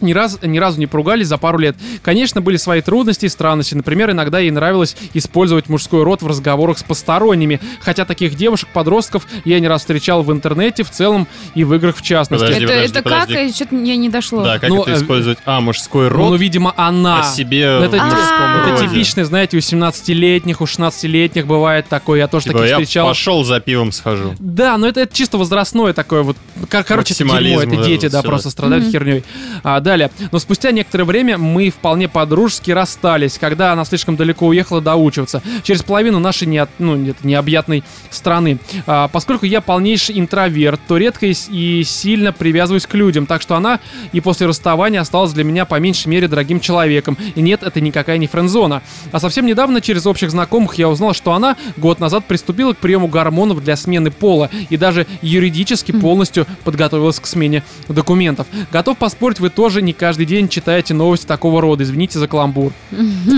Ни, раз, ни разу не поругались за пару лет. Конечно, были свои трудности и странности. Например, иногда ей нравилось использовать мужской род в разговорах с посторонними. Хотя таких девушек-подростков я не раз встречал в интернете в целом и в играх в частности.
Подожди,
это,
подожди,
это
подожди.
как? Что-то мне не дошло.
Да, как
ну,
это
э,
использовать? А, мужской
Ну,
род,
видимо, она.
а себе
Ну, это
в
ти-
мужском
Это
роде.
типичное, знаете, у 17-летних, у 16-летних бывает такое. Я тоже
Типа,
таких
я
встречал.
пошел за пивом схожу.
Да, но это, это чисто возрастное такое вот. кор- Короче, это дерьмо,
Максимализм,
это
вот
дети,
это
да,
всё.
просто страдают
Мгм.
херней. А, далее. Но спустя некоторое время мы вполне по-дружески расстались, когда она слишком далеко уехала доучиваться. Через половину нашей неот- ну, нет, необъятной страны. А, поскольку я полнейший интроверт, то редко и с- и сильно привязываюсь к людям. Так что она и после расставания осталась для меня по меньшей мере дорогим человеком. И нет, это никакая не френдзона. А совсем недавно через общих знакомых я узнал, что она год назад приступила к приему гормонов для смены пола и даже юридически полностью подготовилась к смене документов. Готов поспорить, вы тоже не каждый день читаете новости такого рода. Извините за каламбур.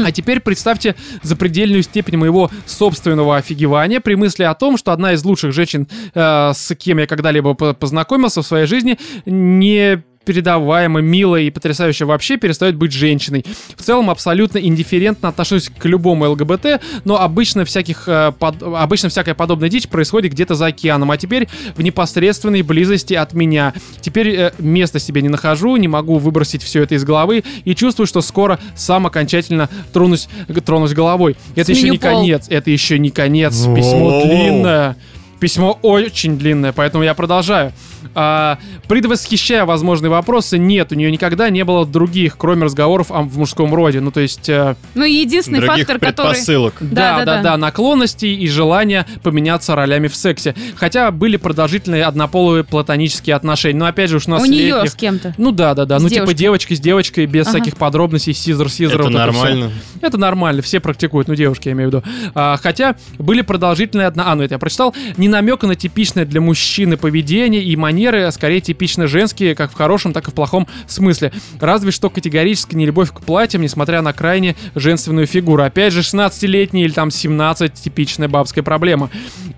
А теперь представьте запредельную степень моего собственного офигевания при мысли о том, что одна из лучших женщин, э, с кем я когда-либо по- познакомился в своей жизни, не передаваемо милая и потрясающая вообще перестает быть женщиной. В целом абсолютно индифферентно отношусь к любому ЛГБТ, но обычно всяких э, под- обычно всякая подобная дичь происходит где-то за океаном, а теперь в непосредственной близости от меня. Теперь э, места себе не нахожу, не могу выбросить все это из головы и чувствую, что скоро сам окончательно тронусь, г- тронусь головой. Это еще
Сменю
не
пол.
конец, это еще не конец. Письмо
Воу.
длинное. Письмо очень длинное, поэтому я продолжаю. А, предвосхищая возможные вопросы, нет, у нее никогда не было других, кроме разговоров о, в мужском роде. Ну, то есть... э,
Ну, единственный
Других
фактор, который...
предпосылок.
Да,
да, да,
да, да.
да, наклонностей и желания поменяться ролями в сексе. Хотя были продолжительные однополые платонические отношения. Но опять же, уж у нас
У нее
летних-
с кем-то.
Ну да, да, да.
С
ну
девушкой.
типа девочка с девочкой без
Ага.
всяких подробностей, сизер, сизер.
Это нормально.
Это нормально, все практикуют, ну девушки, я имею в виду. А, хотя были продолжительные одна... А, ну это я прочитал. Не намека на типичное для мужчины поведение и манеры, а скорее типично женские, как в хорошем, так и в плохом смысле. Разве что категорически не любовь к платьям, несмотря на крайне женственную фигуру. Опять же, 16-летний или там 17 типичная бабская проблема.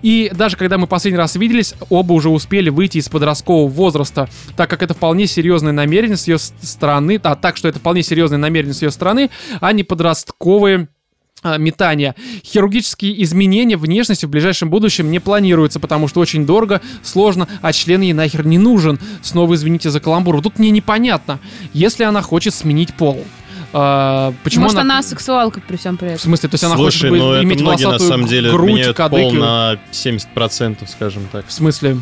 И даже когда мы последний раз виделись, оба уже успели выйти из подросткового возраста, так как это вполне серьезное намерение с ее с- стороны, а так что это вполне серьезное намерение с ее стороны, а не подростковые а, метания. Хирургические изменения внешности в ближайшем будущем не планируются, потому что очень дорого, сложно, а член ей нахер не нужен. Снова извините за каламбур. Вот Тут мне непонятно, если она хочет сменить пол. а, почему
Может, она сексуалка при всем при
В
этом.
смысле, то есть она
Слушай,
хочет
ну
бы
это
иметь
многие на
волосатую
самом деле
грудь,
меняют
кадык?
пол
и-
на 70%, скажем так.
В смысле?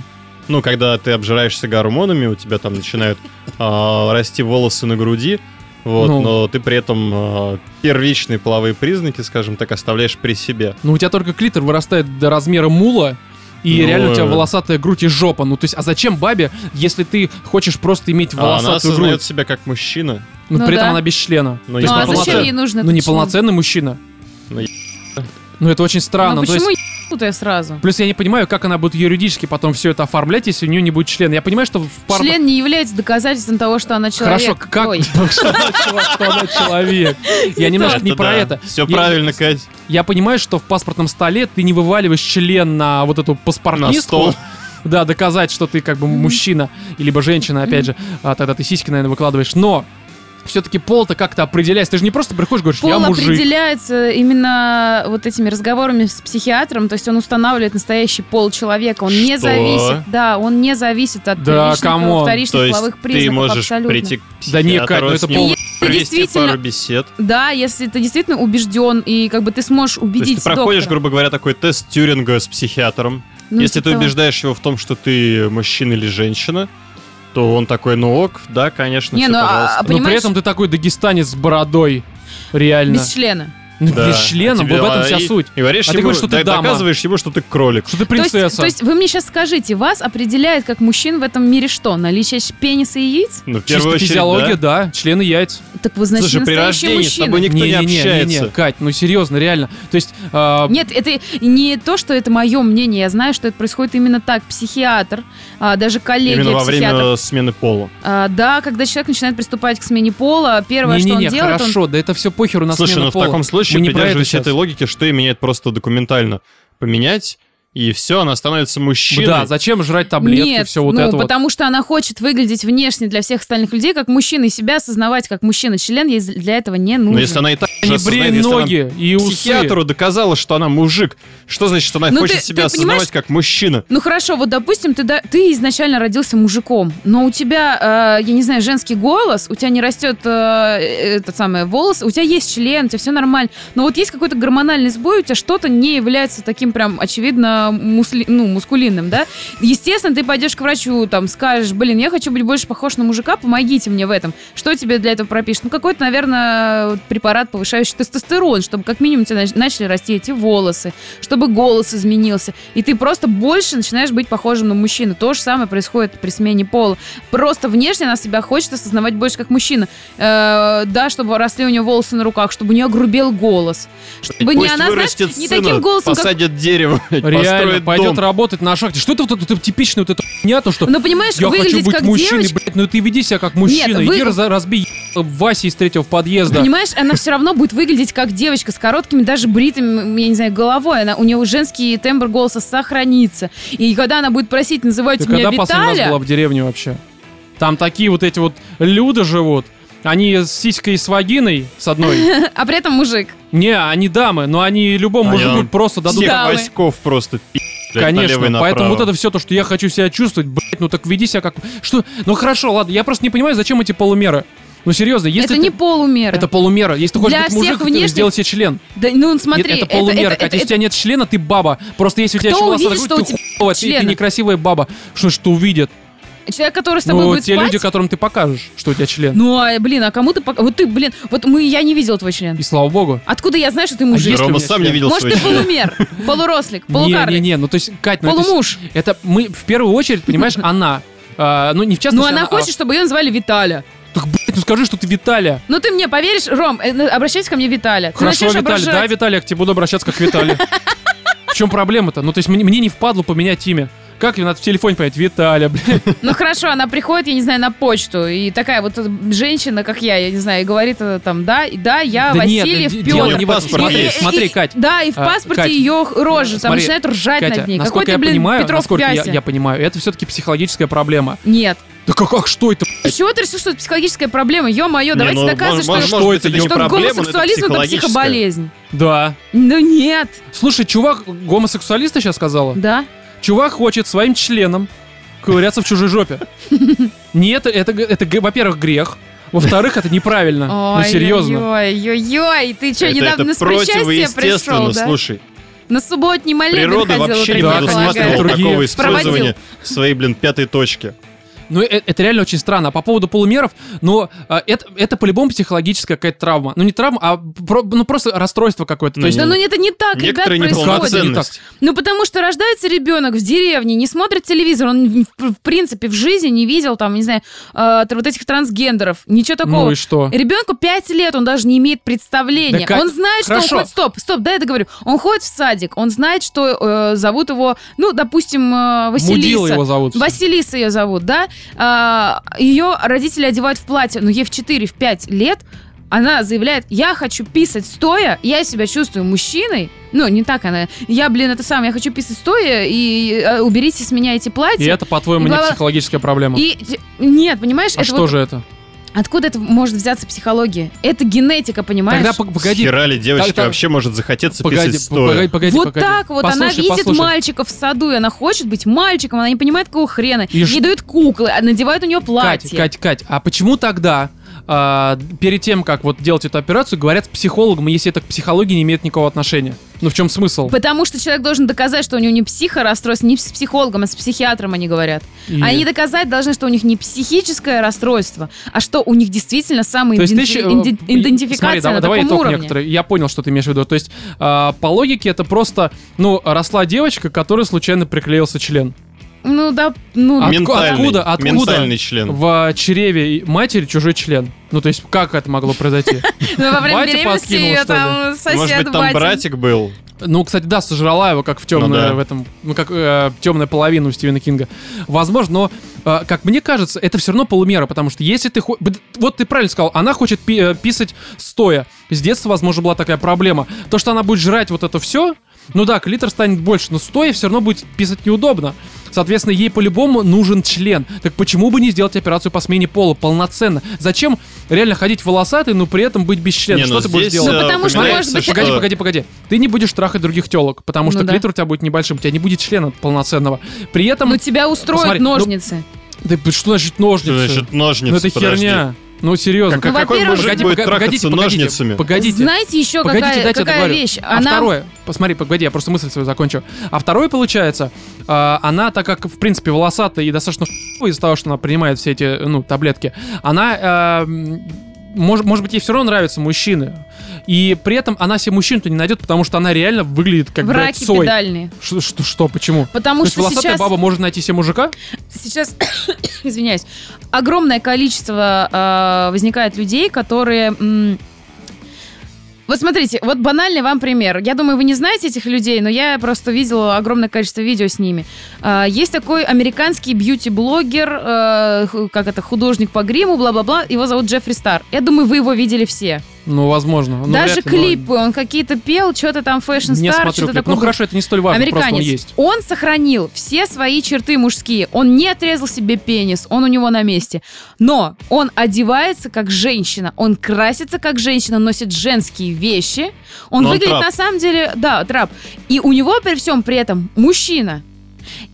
Ну, когда ты обжираешься гормонами, у тебя там начинают а, расти волосы на груди, вот,
Ну.
но ты при этом а, первичные половые признаки, скажем так, оставляешь при себе.
Ну, у тебя только клитор вырастает до размера мула, и
Ну,
реально у тебя
э.
волосатая грудь и жопа. Ну, то есть, а зачем бабе, если ты хочешь просто иметь
А она
волосатую
осознает
грудь?
себя как мужчина.
Но
Ну
при этом
да.
она без члена.
Ну,
То
я
есть
Ну, а
она
полноцен-
зачем
полноцен-
ей нужно
Ну,
это
не
член?
полноценный мужчина.
Ну, е-
Ну, это очень странно.
Ну,
то есть-
почему ебнутая сразу?
Плюс я не понимаю, как она будет юридически потом все это оформлять, если у нее не будет члена. Я понимаю, что в пар...
Член не является доказательством того, что она человек.
Хорошо, как...
Ой.
Что она чела- что она человек? Я немножко не
Это
про
да.
это.
Все
Я-
правильно, Кать.
Я понимаю, что в паспортном столе ты не вываливаешь член на вот эту
На
паспортистку.
стол.
Да, доказать, что ты как бы мужчина, либо женщина, опять же. А, Тогда ты сиськи, наверное, выкладываешь. Но все-таки пол-то как-то определяется. Ты же не просто приходишь и говоришь, я
Пол
мужик.
определяется именно вот этими разговорами с психиатром, то есть он устанавливает настоящий пол человека, он не
Что?
зависит, да, он не зависит от
Да,
первичных,
камон.
вторичных
То есть
половых
ты
признаков
можешь
абсолютно.
прийти к
Да не, Кать,
психиатру,
ну
с
это
ним
пол-
провести
действительно-
пару бесед.
Да, если ты действительно убежден и как бы ты сможешь
То есть
убедить
ты проходишь,
доктора.
грубо говоря, такой тест Тюринга с психиатром.
Ну,
Если ты
типа того.
убеждаешь его в том, что ты мужчина или женщина, то он такой, ну ок, да, конечно,
Не,
всё,
ну, а-
пожалуйста.
а
Но при
понимаешь-
этом ты такой дагестанец с бородой. Реально.
без члена.
Ну,
Да. а
без члена,
Тебе-
вот в этом вся
и-
суть.
И говоришь
А ты
ему,
говоришь, что ты
да-
дама.
доказываешь ему, что ты кролик.
Что ты
То есть-
принцесса.
То есть, вы мне сейчас скажите, вас определяет как мужчин в этом мире что? Наличие щ- пениса и яиц?
Ну, в
Чисто
первую очередь,
физиология,
да.
да. Члены яйц.
Так вы значит
Слушай, при
настоящий
рождении с
мужчина.
тобой никто не,
Не-не-не-не-не,
общается.
Кать, ну серьезно, реально. То есть... а,
Нет, это не то, что это мое мнение. Я знаю, что это происходит именно так. Психиатр, а, даже коллеги
Именно во
психиатров.
время смены пола.
А, да, когда человек начинает приступать к смене пола, первое, что он
не-не-не,
делает,
хорошо, да это все похеру на
Слушай,
смену
ну в
пола.
таком случае,
Мы не про это
придерживаясь
щас.
этой логики, что и меняет просто документально. Поменять, и все, она становится мужчиной.
Да, зачем жрать
он...
таблетки,
Нет,
все вот
ну,
это вот.
потому что она хочет выглядеть внешне для всех остальных людей как мужчина и себя осознавать как мужчина. Член ей для этого не нужен.
Но если она и так уже
Не
осознает,
брей
если она
ноги и усы.
психиатру доказала, что она мужик. Что значит, что она
Ну,
хочет
ты-
себя
ты понимаешь-
осознавать как мужчина?
Ну хорошо, вот допустим, ты, да- ты изначально родился мужиком, но у тебя, э, я не знаю, женский голос, у тебя не растет э, этот самый волос, у тебя есть член, у тебя все нормально, но вот есть какой-то гормональный сбой, у тебя что-то не является таким прям очевидно мусли- ну, мускулинным, да? Естественно, ты пойдешь к врачу, там скажешь, блин, я хочу быть больше похож на мужика, помогите мне в этом. Что тебе для этого пропишут? Ну какой-то, наверное, препарат, повышающий тестостерон, чтобы как минимум у тебя нач- начали расти эти волосы, чтобы голос изменился. И ты просто больше начинаешь быть похожим на мужчину. То же самое происходит при смене пола. Просто внешне она себя хочет осознавать больше как мужчина. Э, да, чтобы росли у нее волосы на руках, чтобы у нее грубел голос. Чтобы не
Пусть
она, знаешь,
вырастет
не
сына,
таким голосом, как...
посадят дерево,
Реально,
построит
пойдет
дом.
работать на шахте. Что это вот это типичная вот эта хуйня, то что
Ну, понимаешь,
я хочу
выглядеть
быть
как
мужчиной,
девочка.
блядь, ну ты веди себя как мужчина.
вы-
Иди раза- разбей Васи из третьего подъезда.
Понимаешь, она все равно будет выглядеть как девочка с короткими, даже бритым, я не знаю, головой. Она, у нее женский тембр голоса сохранится. И когда она будет просить называть
Ты
меня
когда последний раз
Виталя,
была в деревне вообще? Там такие вот эти вот люди живут. Они с сиськой и с вагиной, с одной.
а при этом мужик.
Не, они дамы, но они любому
А я
мужику
вам
просто дадут
Всех
дамы.
Васьков просто пи***, блядь,
Конечно,
налево и направо.
поэтому вот это все то, что я хочу себя чувствовать, блять, ну так веди себя как... Что? Ну хорошо, ладно, я просто не понимаю, зачем эти полумеры. Ну серьезно, если
это
ты-
не полумера.
Это полумера. Если ты хочешь
Для
быть
всех
мужиком,
внешних-
ты сделай себе член.
Да, ну смотри,
Нет, это полумера.
это-
Катя,
это-
если у тебя нет члена, ты баба. Просто если у тебя
Кто
член,
увидит,
ты
что у тебя
хуёвая, ты, ты
члена?
некрасивая баба. Что ж, что увидит?
Человек, который с тобой
Ну,
будет
те
спать?
люди, которым ты покажешь, что у тебя член.
Ну, а, блин, а кому ты... пок- Вот ты, блин, вот мы, я не видел твой член.
И слава богу.
Откуда я знаю, что ты
А есть
мужик?
у меня
Рома сам
член?
не видел
Может,
свой
ты
член.
полумер, полурослик,
Не, не,
полукарлик,
не, ну то есть, Кать, ну это-
полумуж.
это, мы в первую очередь, понимаешь, она. А, ну, не в частности,
Ну, она
а-
хочет, чтобы ее назвали Виталя.
Так, блядь, ну скажи, что ты Виталия.
Ну, ты мне поверишь, Ром, э, на- ну, обращайся ко мне Виталя. Ты
Хорошо,
начнешь
Виталий.
обращаться-
Да, Виталий, я к тебе буду обращаться как Виталий. В чем проблема-то? Ну, то есть мне, мне не впадло поменять имя. Как ее надо в телефоне понять? Виталя, блядь.
Ну хорошо, она приходит, я не знаю, на почту, и такая вот э, женщина, как я, я не знаю, и говорит э, там, да, и- да, я
Да нет,
Васильев,
д-
Петр.
дело не в этом.
И-
Смотри,
и-
смотри, Кать.
Да, и в
А,
паспорте
Кать,
ее рожа, там
смотри,
начинают ржать
Катя,
над ней. Какой
насколько
ты,
я
блин,
понимаю,
Петров
насколько я,
Вася?
я понимаю, это все-таки психологическая проблема.
Нет.
Да как, как что это?
С чего ты решил, что это психологическая проблема? Ё-моё,
Не,
давайте
ну,
доказывать,
может,
что,
что
может,
это
не
не
что
проблема, но это
гомосексуализм это
психологическая.
психоболезнь.
Да.
Ну нет,
Слушай, чувак, гомосексуалиста сейчас сказала?
да.
Чувак хочет своим членом ковыряться в чужой жопе. Нет, это, г- это, г- во-первых, грех. Во-вторых, это неправильно. Ну, серьезно.
Ой-ой-ой, ты что,
Это, это
недавно с причастия
противоестественно,
пришел, да?
слушай.
На субботний молебен
Природа
ходил,
вообще не
Да,
предполагаю.
конечно,
предусматривала
другие.
такого использования своей, блин, пятой точки.
Ну, э- это реально очень странно. А по поводу полумеров, ну, э, это, это по-любому психологическая какая-то травма. Ну, не травма, а про- ну, просто расстройство какое-то. То есть,
Да ну это не так, ребят,
Некоторые
происходит.
неполноценность.
Ну, потому что рождается ребенок в деревне, не смотрит телевизор, он в, в принципе в жизни не видел там, не знаю, э, вот этих трансгендеров, ничего такого. Э,
ну и что?
Ребенку 5 лет, он даже не имеет представления.
Да как-
Он знает, что
Хорошо.
он ходит. Стоп, стоп, да, я договорю. Он ходит в садик, он знает, что э, зовут его, ну, допустим, э, Василиса.
Мудила его зовут.
Василиса ее зовут, да? А, ее родители одевают в платье, но ей в 4-5 лет она заявляет, я хочу писать стоя, я себя чувствую мужчиной. Ну, не так она. Я, блин, это самое, я хочу писать стоя, и э, уберите с меня эти
И
платья.
это, по-твоему,
И
не
бла-бла.
психологическая проблема.
И, нет, понимаешь,
а
это
что
вот-
же это?
откуда это может взяться психология? Это генетика, понимаешь?
Тогда пог- погоди,
Хера ли девочка
Так, так.
вообще может захотеться
погоди,
писать стоя?
погоди, погоди.
вот
погоди.
так вот она
Послушай,
видит
послушай.
мальчиков в саду, и она хочет быть мальчиком, она не понимает, какого хрена.
И
Ей
ж-
дают куклы, а надевают у нее платье.
Кать, Кать, Кать, а почему тогда а, перед тем, как вот делать эту операцию, говорят с психологом, если это к психологии не имеет никакого отношения? Ну в чем смысл?
Потому что человек должен доказать, что у него не психорасстройство, не с психологом, а с психиатром они говорят.
И-
Они доказать должны, что у них не психическое расстройство, а что у них действительно
То есть ты
самоидентификация
еще, э,
идентификация
смотри, давай,
на
давай
таком
итог
уровне.
некоторый. Я понял, что ты имеешь в виду. То есть а, по логике это просто, ну росла девочка, которой случайно приклеился член
Ну да, ну
А-
да.
Ментальный,
откуда- откуда?
ментальный член.
в чреве матери чужой член. Ну то есть как это могло произойти?
Ну, во время
батя
беременности
подкинул,
ее
что ли?
там сосед
Может быть, там
батя.
братик был?
Ну, кстати, да, сожрала его, как в темную,
Ну да.
в этом, ну, как э, темная половина у Стивена Кинга. Возможно, но, э, как мне кажется, это все равно полумера, потому что если ты... хо- бд- Вот ты правильно сказал, она хочет пи- э, писать стоя. С детства, возможно, была такая проблема. То, что она будет жрать вот это все, ну да, клитор станет больше, но стоя все равно будет писать неудобно. Соответственно, ей по-любому нужен член. Так почему бы не сделать операцию по смене пола полноценно? Зачем реально ходить волосатый, но при этом быть без члена?
Не,
что
ну
ты будешь
здесь,
делать?
э,
потому что,
понимается,
может быть, э,
Погоди,
что-
погоди, погоди. Ты не будешь трахать других телок, потому что
Ну да.
клитор у тебя будет небольшим, у тебя не будет члена полноценного. При этом...
Ну тебя устроят
Посмотри, ну,
ножницы.
Да что значит ножницы?
Что значит
ну
ножницы?
это
подожди.
херня. Ну серьезно.
Как-
Ну,
какой
во-первых,
мужик будет трахаться ножницами?
Погодите.
Знаете еще
Погодите,
Ну, какая,
дайте я
какая
договорю.
вещь?
А второе, посмотри, погоди, я просто мысль свою закончу. А второе, получается, э, она, так как, в принципе, волосатая и достаточно хуй из-за того, что она принимает все эти, ну, таблетки, она, э, м, мож- может, быть, ей все равно нравятся мужчины. И при этом она себе мужчину-то не найдет, потому что она реально выглядит как, блядь,
Враки
сой.
педальные.
Что, что, что, почему?
Потому
То есть
что
волосатая
сейчас...
баба может найти себе мужика?
сейчас, извиняюсь, огромное количество э, возникает людей, которые... м, вот смотрите, вот банальный вам пример. Я думаю, вы не знаете этих людей, но я просто видела огромное количество видео с ними. А, Есть такой американский бьюти-блогер, э, ху- как это, художник по гриму, бла-бла-бла. Его зовут Джеффри Стар. Я думаю, вы его видели все.
Ну, возможно. Ну,
Даже
вряд ли, но
клипы, он какие-то пел, что-то там Fashion
Не
Star,
смотрю
что-то
клип.
такое.
Ну, хорошо, это не столь важно, просто он
Американец.
есть.
Он сохранил все свои черты мужские. Он не отрезал себе пенис, он у него на месте. Но он одевается как женщина, он красится как женщина, носит женские вещи. Он
Но он
выглядит
трап.
на самом деле, да, трап. И у него при всем при этом мужчина.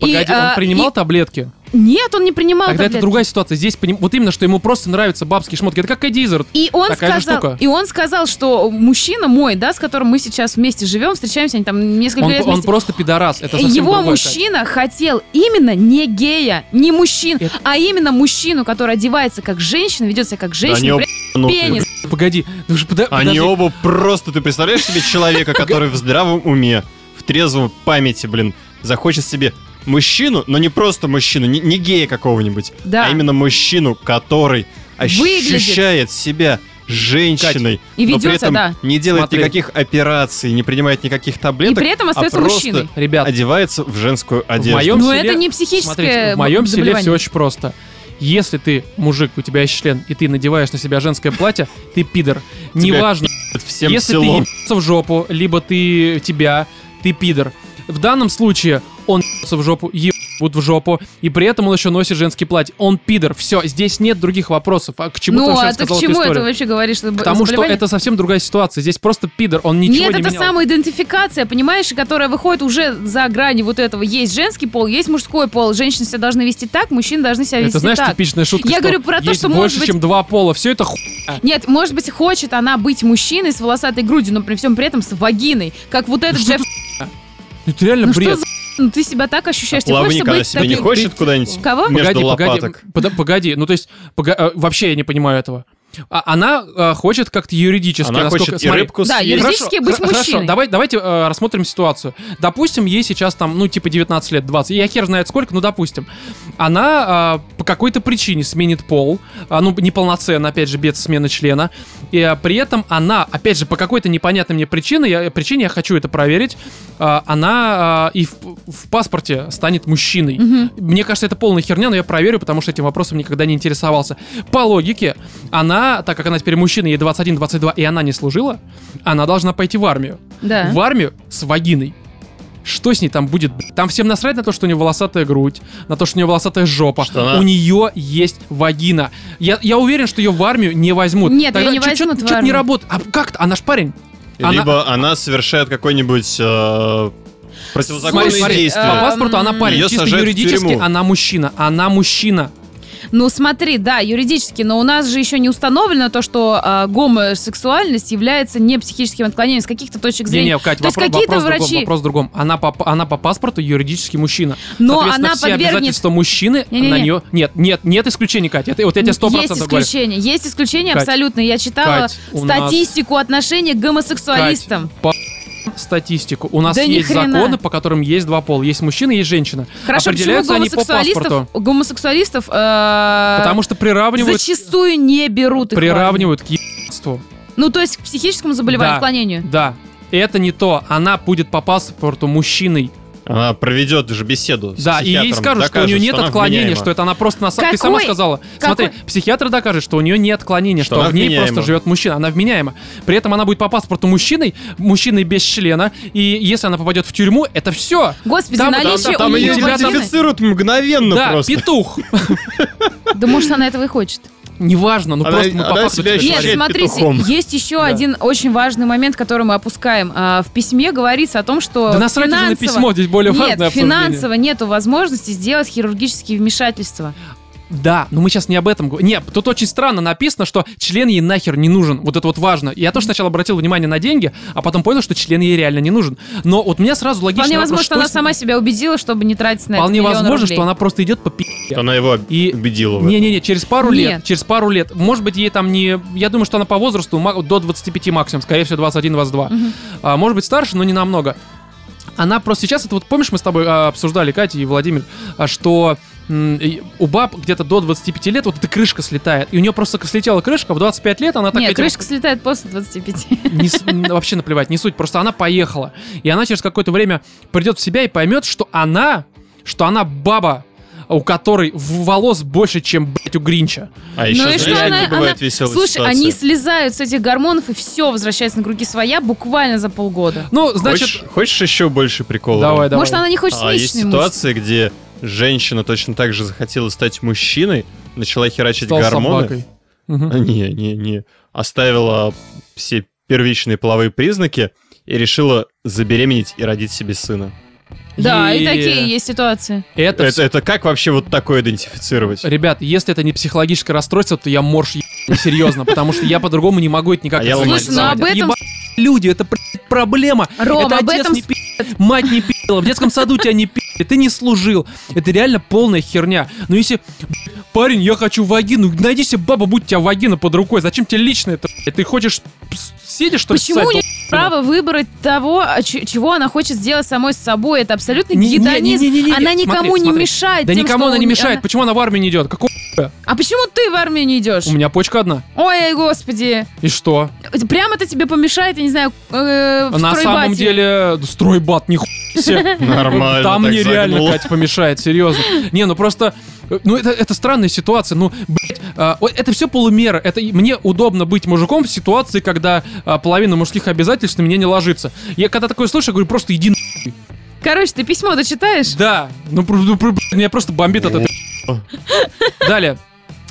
И,
Погоди, он
а,
принимал
и-
таблетки?
Нет, он не принимал.
Тогда это
таблетки.
другая ситуация. Здесь поним- вот именно, что ему просто нравятся бабские шмотки. Это как Кэдизерт.
И он,
Такая же
сказал,
штука.
и он сказал, что мужчина мой, да, с которым мы сейчас вместе живем, встречаемся, они там несколько
Он,
лет
он
вместе.
просто пидорас. Это совсем
Его
другое,
мужчина хотел именно не гея, не мужчин,
Это-
а именно мужчину, который одевается как женщина, ведет себя как
Да
женщина,
они оба
блядь,
ебанутые.
пенис.
Кать. Погоди. ну ж подо-
Они
подожди.
оба просто, ты представляешь себе человека, который в здравом уме, в трезвом памяти, блин, захочет себе мужчину, но не просто мужчину, не,
А
не гея какого-нибудь,
Да.
а именно мужчину, который
Выглядит.
ощущает себя женщиной.
И
но при
ведется,
этом
да.
не делает
Смотри.
никаких операций, не принимает никаких
И
таблеток. а
при
а
этом остается
просто
мужчиной.
Ребят,
Одевается в женскую одежду.
моем-
Но
селе-
Ну, это не психическое
Смотрите, в моем селе
заболевание.
все очень просто. Если ты мужик, у тебя есть член, и ты надеваешь на себя женское платье, ты пидор.
Тебя
Неважно,
блядь, всем
если ты
селом.
ебется в жопу, либо ты тебя, ты пидор. В данном случае он ебется в жопу, ебут в жопу, и при этом он еще носит женский платье. Он пидор. Все, здесь нет других вопросов. А к чему ты
Ну,
вообще
а ты
рассказал
к
эту
чему
историю?
это вообще говоришь? что
Потому что
заболевание?
это совсем другая ситуация. Здесь просто пидор, он ничего
Нет,
не
это
менял.
самоидентификация, понимаешь, которая выходит уже за грани вот этого. Есть женский пол, есть мужской пол. Женщины себя должны вести так, мужчины должны себя вести
Это, знаешь,
так.
типичная шутка.
Я
что
говорю про то,
есть
что, может
больше,
быть-
чем два пола. Все это ху...
Нет, может быть, хочет она быть мужчиной с волосатой грудью, но при всем при этом с вагиной. Как вот этот
Ну что
Джефф.
Это реально
Ну что
бред.
за... Ну ты себя так ощущаешь. Ты
Лавы
хочешь
никогда
быть
себя не
таким?
хочет куда-нибудь
Кого?
между
погоди,
лопаток.
погоди, под- погоди, ну то есть пога- э, вообще я не понимаю этого. А- она э, хочет как-то юридически,
Она
насколько
хочет и
смотри,
рыбку
Да,
съесть.
юридически быть
хра- Хорошо,
мужчиной.
давай, давайте э, рассмотрим ситуацию. Допустим, ей сейчас там, ну, типа 19 лет, 20. Я хер знает сколько, ну, допустим. Она э, по какой-то причине сменит пол. а, ну, неполноценно, опять же, без смены члена. И э, при этом она, опять же, по какой-то непонятной мне причине, я, причине я хочу это проверить, э, она э, и в, в паспорте станет мужчиной. Мне кажется, это полная херня, но я проверю, потому что этим вопросом никогда не интересовался. По логике, она, так как она теперь мужчина, ей 21-22, и она не служила, она должна пойти в армию.
Да.
В армию с вагиной. Что с ней там будет? б***ь? Там всем насрать на то, что у нее волосатая грудь, на то, что у нее волосатая жопа.
Что она-
У нее есть вагина. Я, я уверен, что ее в армию не возьмут.
Нет, её не
чё- чё-
возьмут в
чё-то не
армию.
работает. А как-то? Она ж парень. Она-
Либо она совершает какой-нибудь э, противозаконное
Смотри, а, смотри,
действие.
По паспорту она парень.
Её
Чисто
сажают в
юридически
тюрьму.
она мужчина. Она мужчина.
Ну смотри, да, юридически, но у нас же еще не установлено то, что а, гомосексуальность является не психическим отклонением с каких-то точек
Не,
зрения.
не, Кать,
То есть
вопро-
какие-то
вопрос, в
врачи-
другом, вопрос в другом. Она по, она по паспорту юридически мужчина.
Но
Соответственно,
она
все
подвергнет-
обязательства мужчины
Не-не-не.
на нее... Нет, нет, нет исключений, Катя. Это, вот я тебе 100%
Есть
говорю.
исключения, есть исключения
Кать,
абсолютно. Я читала
Кать, у нас-
статистику отношения к гомосексуалистам.
статистику. У нас
Да ни
есть
хрена.
законы, по которым есть два пола. Есть мужчина, есть женщина.
Хорошо, почему
Определяются они по
гомосексуалистов,
паспорту.
гомосексуалистов э,
Потому что приравнивают,
зачастую не берут их в армию?
приравнивают к ебанству.
Ну, то есть к психическому заболеванию,
Да.
отклонению.
Да. Это не то. Она будет по паспорту мужчиной.
Она проведет же беседу с
Да, и ей
психиатром,
скажут, что у
докажет,
нее нет
она
отклонения,
вменяема.
что это она просто на самом... Ты
Какой-
сама сказала. Смотри, психиатр докажет, что у нее нет отклонения,
Что
что,
она
в ней
вменяема.
просто живет мужчина. Она вменяема. При этом она будет по паспорту мужчиной, мужчиной без члена. И если она попадет в тюрьму, это все.
Господи,
Там-
Там,
наличие
там, там
у
ее
нее
тебя там-
вагины.
идентифицируют мгновенно
да,
Ну, просто.
петух.
Да может, она этого и хочет.
Неважно, ну
Она-
просто мы по
она
паспорту
себя
тебе
ощущает
говорим.
Нет,
Ощущает
смотрите,
петухом.
есть еще один очень важный момент, который мы опускаем. А, В письме говорится о том, что
Да насрать уже на
Э, финансово-
письмо, здесь более важное
Нет,
обсуждение.
финансово нету возможности сделать хирургические вмешательства.
Да, но мы сейчас не об этом говорим. Нет, тут очень странно написано, что член ей нахер не нужен. Вот это вот важно. Я тоже сначала обратил внимание на деньги, а потом понял, что член ей реально не нужен. Но вот у меня сразу логично...
Вполне возможно, что она сама себя убедила, чтобы не тратить на это
Вполне
миллион
возможно,
рублей.
что она просто идет по пи***е.
Она его
И-
убедила в этом.
Не-не-не, через пару лет,
Нет.
через пару лет. Может быть, ей там не... Я думаю, что она по возрасту ма- до 25 максимум, скорее всего, 21-22. А, может быть, старше, но не намного. Она просто сейчас, это вот помнишь, мы с тобой а, обсуждали, Катя и Владимир, а, что м, и у баб где-то до 25 лет вот эта крышка слетает. И у нее просто слетела крышка, в 25 лет она так
Нет,
этим-
крышка слетает после 25.
не с- н- вообще наплевать, не суть, просто она поехала. И она через какое-то время придет в себя и поймет, что она, что она баба, у которой в- волос больше, чем, блядь, у Гринча.
А
Ну
еще,
и что
знаешь,
она-
как бывает
она-
веселая
Слушай,
ситуация?
они слезают с этих гормонов и все возвращается на круги своя буквально за полгода.
Ну, значит...
хочешь, хочешь еще больше приколов?
Давай, давай.
Может, она не хочет
А есть
личный муж.
ситуации, где женщина точно так же захотела стать мужчиной, начала херачить
Стал
гормоны.
собакой. Мгм.
А, Не, не, не. Оставила все первичные половые признаки и решила забеременеть и родить себе сына.
Да, и
Е.
такие есть ситуации.
Это,
Это, это как вообще вот такое идентифицировать?
Ребят, если это не психологическое расстройство, то я морж ебаный, серьезно, потому что я по-другому не могу это никак
А я
объяснить.
ломаюсь. Слушай, ну,
об этом-
Ебаные люди, это блядь, проблема.
Ром,
это
об
отец
этом
не пи***, мать не пи***ла, в детском саду тебя не пи***ли, ты не служил. Это реально полная херня. Но если, блядь, парень, я хочу вагину, найди себе баба, будь у тебя вагина под рукой, зачем тебе лично это? блядь? Ты хочешь, пс, сидишь, что ли,
Почему
ссать
у нее право выбрать того, а ч- чего она хочет сделать самой с собой? Это абсолютно
Не- не- не-
гедонизм.
не- не- не.
Она
Смотри,
никому не
смотри.
мешает.
Да
тем,
никому
что
она
у
не
нее-
мешает. Почему она в армию не идет? Какого
А почему ты в армию не идешь?
У меня почка одна.
Ой, господи.
И что?
Прям это тебе помешает, я не знаю, э, в
На самом
стройбате.
деле, да стройбат, нихуя себе.
Нормально.
Там
так Ну,
мне реально,
загнул.
Катя, помешает, серьезно. Не, ну просто... э, Ну, это, это странная ситуация. Ну, блядь, а, о- это все полумеры. Это и- мне удобно быть мужиком в ситуации, когда а, половина мужских обязательств на меня не ложится. Я когда такое слышу, я говорю, просто иди на-
Короче, ты письмо дочитаешь?
Да. Ну, про- ну, про- блядь, меня просто бомбит от этого. Далее.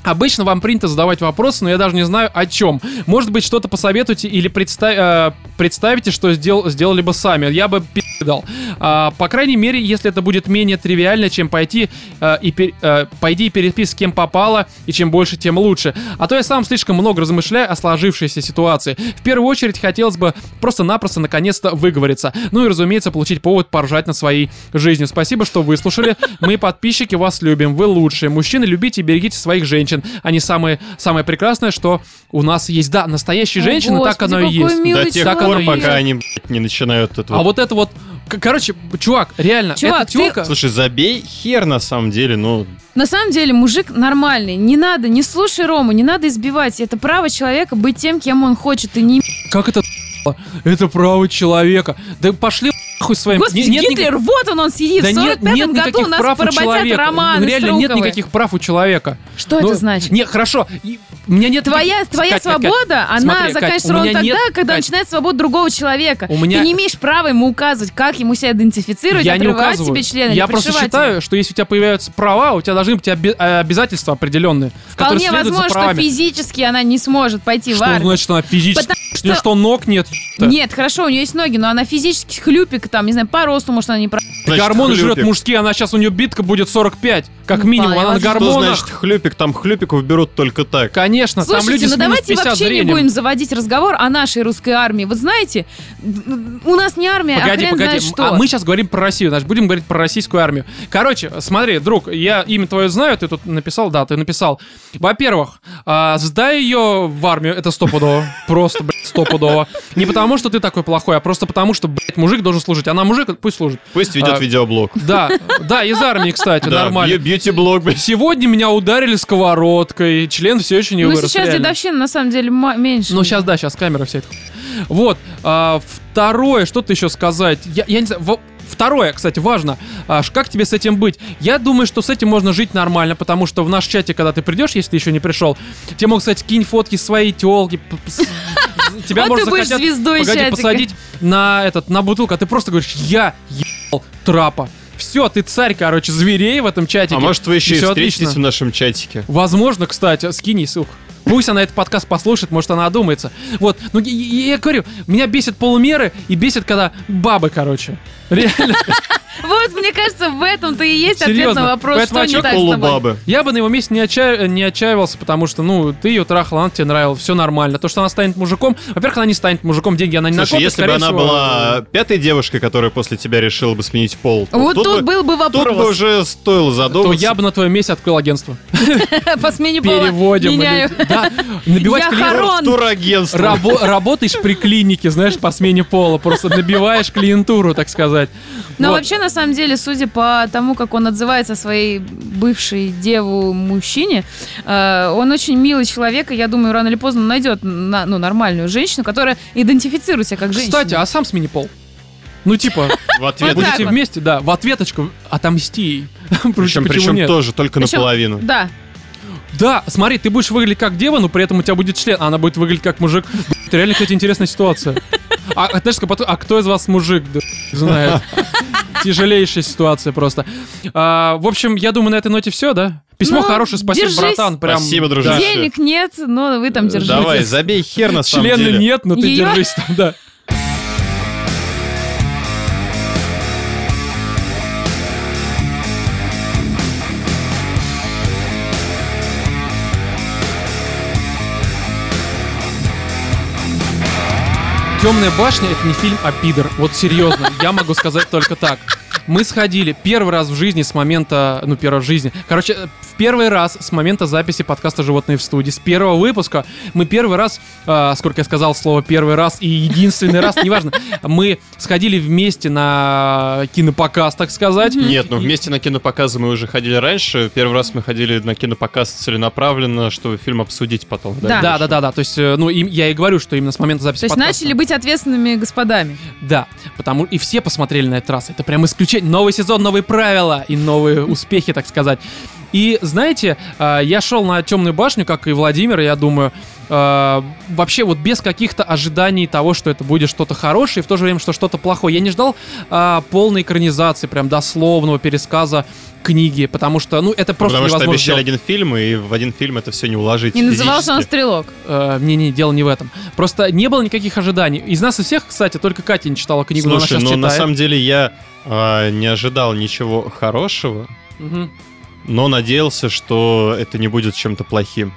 Обычно вам принято задавать вопрос, но я даже не знаю о чем. Может быть, что-то посоветуйте или представ- э, представите, что сдел- сделали бы сами. Я бы пи***дал. А, по крайней мере, если это будет менее тривиально, чем пойти э, и пер- э, пойди и перепись с кем попало, и чем больше, тем лучше. А то я сам слишком много размышляю о сложившейся ситуации. В первую очередь хотелось бы просто-напросто наконец-то выговориться. Ну и, разумеется, получить повод поржать над своей жизнью. Спасибо, что выслушали. Мы, подписчики, вас любим. Вы лучшие. Мужчины, любите и берегите своих женщин. Они самые, самое прекрасное, что у нас есть. Да, настоящие
О,
женщины, так
господи,
оно и
какой
есть.
милый
До тех
Так
человек.
оно
пор,
и
пока они, блядь, не начинают тут
А вот это вот... к- Короче, чувак, реально,
Чувак,
эта
ты-
тёлка-
Слушай, забей хер на самом деле, ну...
На самом деле, мужик нормальный. Не надо, не слушай Рому, не надо избивать. Это право человека быть тем, кем он хочет. И не...
Как это ***ло? Это право человека. Да пошли хуй своим.
Господи,
Не- нет никак-
Гитлер, вот он, он сидит.
Да
в
нет,
45
нет
году
никаких
нас
прав у
поработят
человека. Ну,
романы
Реально
Струковой.
нет никаких прав у человека.
Что
Ну,
это значит?
Не, хорошо. и у меня нет.
Твоя, твоя
Кать, Кать, Кать,
свобода, она
смотри, Кать,
заканчивается
у
ровно
меня
тогда,
нет-
когда
Кать.
начинает свобода другого человека.
У меня-
Ты не имеешь права ему указывать, как ему себя идентифицировать,
я не
отрывать
указываю.
себе члены.
я
или
просто
пришивать
считаю, что если у тебя появляются права, у тебя должны быть обе- э, обязательства определенные, которые
Вполне
следуют
возможно,
за
что
правами.
физически она не сможет пойти в
Что
армию.
значит она физически?
Потому
У тебя
что-
что ног нет? ё-та?
Нет, хорошо, у нее есть ноги, но она физически хлюпик, там, не знаю, по росту, может, она не про...
Так
значит,
гормоны
хлюпик.
жрет мужские, она сейчас у нее битка будет 45, как
Ну,
минимум. Она на
понятно. Что
Что
гормонах.
значит хлюпик? Там хлюпиков берут только так.
Конечно, там люди
Слушайте,
с
ну
минус
давайте
50
вообще не
зрением.
будем заводить разговор о нашей русской армии. Вот знаете, у нас не армия,
Погоди,
а хрен
погоди,
знает что.
а мы сейчас говорим про Россию, значит, будем говорить про российскую армию. Короче, смотри, друг, я имя твое знаю, ты тут написал, да, ты написал. Во-первых, а, сдай ее в армию, это стопудово, просто, блядь, стопудово. Не потому, что ты такой плохой, а просто потому, что, блядь, мужик должен служить. Она мужик, пусть служит.
Пусть ведет
А,
видеоблог.
Да, да, из армии, кстати,
Да,
нормально.
бью- бьюти-блог, блядь.
Сегодня меня ударили сковородкой, член все еще не
Ну,
вырос.
сейчас
реально.
дедовщина, на самом деле, ма- меньше.
Ну, сейчас, да, сейчас камера вся эта. хуйня. Вот. а, второе, что ты еще сказать? Я, я не знаю. во- Второе, кстати, важно. А, ш- как тебе с этим быть? Я думаю, что с этим можно жить нормально, потому что в наш чате, когда ты придешь, если ты еще не пришел, тебе могут, кстати, кинь фотки своей телки. Тебя
Вот
может
А ты будешь
захотят-
звездой
погоди,
чатика.
посадить на этот, на бутылку, а ты просто говоришь, я ебал трапа. Все, ты царь, короче, зверей в этом чатике.
А может, вы еще и
Всё
встретитесь
отлично.
в нашем чатике?
Возможно, кстати, скинь ей ссылку. Пусть она этот подкаст послушает, может, она одумается. Вот, ну я, я- я говорю, меня бесит полумеры и бесит, когда бабы, короче. Реально.
Вот, мне кажется, в этом-то и есть ответ
Серьезно.
на вопрос,
Поэтому
что
а чё
не так с тобой.
Полубабы.
Я бы на его месте не, отча- не отчаивался, потому что, ну, ты ее трахала, она тебе нравилась, все нормально. То, что она станет мужиком, во-первых, она не станет мужиком, деньги она не
Слушай,
накопит,
если бы
скорее
она
всего.
была пятой девушкой, которая после тебя решила бы сменить пол, то
Вот тут был бы
тут бы
вопрос.
уже стоило
то
задуматься.
я бы на твоем месте открыл агентство.
По смене пола
Переводим.
меняю.
или- Да, набивать
Я
клиентов.
хоро- Рон.
Турагентство.
Рабо- работаешь при клинике, знаешь, по смене пола, просто набиваешь клиентуру, так сказать. Вот.
Но Ну, вообще, на самом деле, судя по тому, как он отзывается о своей бывшей деву мужчине, э, он очень милый человек, и я думаю, рано или поздно он найдет на- ну, нормальную женщину, которая идентифицирует себя как женщина.
Кстати, а сам смени пол. Ну, типа,
В ответ.
Вот так
будете
вот.
вместе, да, в ответочку отомсти ей.
Причем,
Почему
причем
нет?
тоже, только
Причем-
наполовину.
Да.
Да, смотри, ты будешь выглядеть как дева, но при этом у тебя будет член, а она будет выглядеть как мужик. Блядь, реально, кстати, интересная ситуация. А, а знаешь, как потом- а кто из вас мужик? Да, хуй знает. Тяжелейшая ситуация просто. А, в общем, я думаю, на этой ноте все, да? Письмо
Ну,
хорошее, спасибо,
держись.
братан. Прям,
Спасибо, дружище.
да.
Денег нет, но вы там держитесь.
Э, Давай, забей хер на самом
Члена
деле.
нет, но ты
Её?
держись там, да. Темная башня это не фильм, а пидор. Вот серьезно, я могу сказать только так. Мы сходили первый раз в жизни с момента, ну, первый раз в жизни. Короче, э, в первый раз с момента записи подкаста «Животные в студии», с первого выпуска, мы первый раз, э, сколько я сказал слово «первый раз» и единственный раз, неважно, мы сходили вместе на кинопоказ, так сказать.
Нет, ну
И-
вместе на кинопоказы мы уже ходили раньше. Первый раз мы ходили на кинопоказ целенаправленно, чтобы фильм обсудить потом.
Да.
Да, да, да, да. То есть, э, ну, им- я и говорю, что именно с момента записи
То есть
подкаста.
начали быть ответственными господами.
Да, потому и все посмотрели на этот раз. Это прям исключение. Новый сезон, новые правила и новые успехи, так сказать. И знаете, э, я шел на темную башню, как и Владимир, я думаю, э, вообще вот без каких-то ожиданий того, что это будет что-то хорошее, и в то же время, что что-то плохое. Я не ждал э, полной экранизации, прям дословного пересказа книги, потому что, ну, это просто
Потому что
невозможно.
обещали
сделать.
один фильм, и в один фильм это все не уложить.
И назывался он
физически.
«Стрелок».
Э, Не, не, дело не в этом. Просто не было никаких ожиданий. Из нас и всех, кстати, только Катя не читала книгу, но она
Слушай,
сейчас
ну
читает.
на самом деле я а, не ожидал ничего хорошего,
Мгм.
но надеялся, что это не будет чем-то плохим.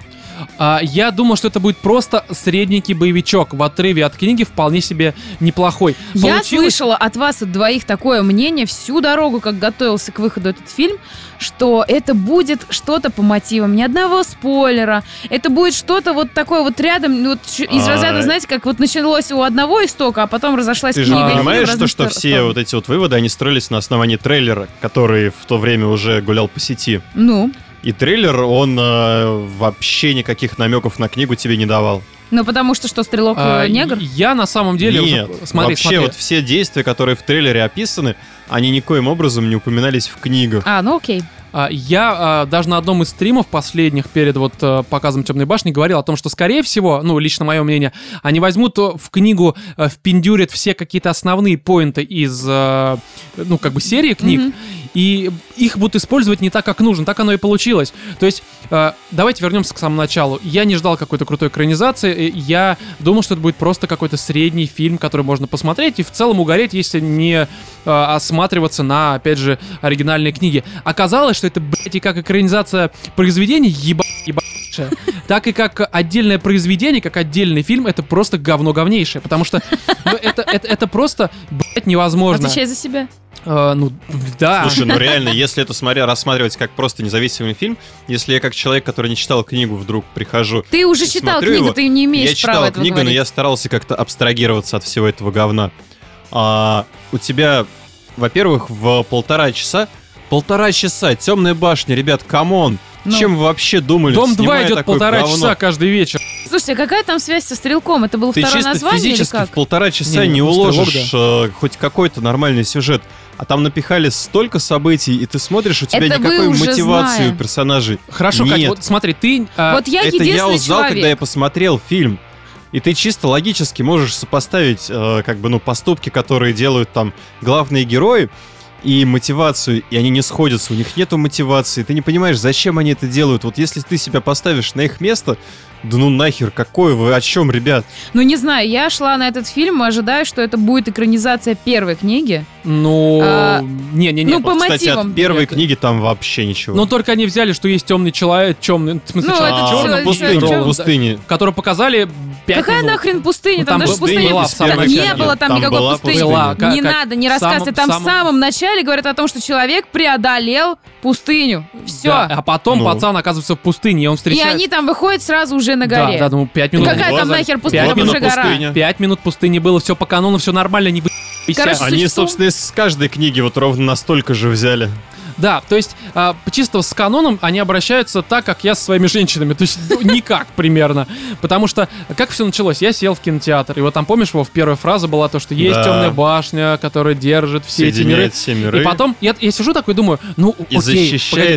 А, я думал, что это будет просто средненький боевичок в отрыве от книги, вполне себе неплохой.
Я
Получилось-
слышала от вас, от двоих, такое мнение всю дорогу, как готовился к выходу этот фильм, что это будет что-то по мотивам ни одного спойлера. Это будет что-то вот такое вот рядом, ну, вот ч- из
А.
разряда, знаете, как вот началось у одного истока, а потом разошлась
Ты же
книга. и фильм в
понимаешь, что,
разные
что
стор-
все
стороны.
вот эти вот выводы, они строились на основании трейлера, который в то время уже гулял по сети.
Ну,
И трейлер, он э, вообще никаких намеков на книгу тебе не давал.
ну потому что что, стрелок э,
А,
негр?
Я на самом деле... уже-
Нет,
смотри,
вообще
смотри.
вот все действия, которые в трейлере описаны, они никоим образом не упоминались в книгах.
А, ну окей.
А, Я а, даже на одном из стримов последних перед вот э, показом Темной башни говорил о том, что, скорее всего, ну, лично мое мнение, они возьмут э, в книгу, э, впендюрят все какие-то основные поинты из, э, ну, как бы серии книг,
Мгм.
и их будут использовать не так, как нужно. Так оно и получилось. То есть, э, давайте вернемся к самому началу. Я не ждал какой-то крутой экранизации. э, Я думал, что это будет просто какой-то средний фильм, который можно посмотреть и в целом угореть, если не э, осматриваться на, опять же, оригинальные книги. Оказалось, что это, блядь, и как экранизация произведений, еба ебанейшая, так и как отдельное произведение, как отдельный фильм, это просто говно говнейшее, потому что ну, это, это, это просто, блядь, невозможно.
Отвечай за себя.
Э, ну, да.
А.
Слушай, ну реально, если это смотря рассматривать как просто независимый фильм, если я как человек, который не читал книгу, вдруг прихожу,
Ты уже
Я
читал
смотрю
книгу,
его,
ты не имеешь
я
права
читал
этого
книгу, но
говорить.
я старался как-то абстрагироваться от всего этого говна. А, у тебя, во-первых, в полтора часа Полтора часа, темная башня, ребят, камон.
Ну.
Чем вы вообще думали?
Дом 2
снимая
идет
такое
полтора
говно?
часа каждый вечер.
Слушайте, а какая там связь со стрелком? Это было
Ты
второе
чисто
название или
физически
как?
в полтора часа
Не,
не,
ну, «Стрелок»,
уложишь э, хоть какой-то нормальный сюжет. А там напихали столько событий, и ты смотришь, у тебя
Это вы
никакой
уже
мотивации
зная.
у персонажей.
Хорошо, Катя,
Нет.
вот смотри, ты... а,
Вот я
Это
единственный
я узнал,
человек.
когда я посмотрел фильм. И ты чисто логически можешь сопоставить, э, как бы, ну, поступки, которые делают там главные герои, и мотивацию, и они не сходятся, у них нету мотивации, ты не понимаешь, зачем они это делают. Вот если ты себя поставишь на их место, да ну нахер, какой вы, о чем, ребят?
Ну, не знаю, я шла на этот фильм, ожидая, что это будет экранизация первой книги.
Ну...
А,
Не-не-не.
ну,
Ну,
по
Вот, кстати,
мотивам.
от первой
Нет.
книги там вообще ничего.
только они взяли, что есть темный человек, темный... В смысле,
Ну,
человек,
это
А,
черный,
человек-
на пустыне,
человек-
в пустыне.
который показали 5
Какая
минут.
нахрен пустыня?
Ну,
там,
там
даже
была-
пустыни
была
не-
в самом
там не
начале.
было, там,
Там
никакой
была
пустыни.
пустыня. Была,
как-
не
как-
надо, не
в самом-
рассказывай. Там в
самом-
самом начале говорят о том, что человек преодолел пустыню. Все.
Да, А потом
Ну.
пацан оказывается в пустыне, и он
И
встречает...
они там выходят сразу уже на
Да,
горе.
да, ну, 5
Ну,
минут.
какая там
глаза-
нахер пустыня,
пять
там
минут
уже гора.
пустыня.
5 минут пустыни было, все по канону, все нормально, не вы...
Короче, Суть
Они,
в том-
собственно, с каждой книги вот ровно настолько же взяли.
Да, то есть а, чисто с каноном они обращаются так, как я со своими женщинами. То есть ну, никак примерно. Потому что как все началось? Я сел в кинотеатр. И вот там, помнишь, Вов, первая фраза была то, что есть
Да.
темная башня, которая держит все эти миры.
Соединяет все миры.
И потом я, я сижу такой думаю, ну
и
окей,
защищает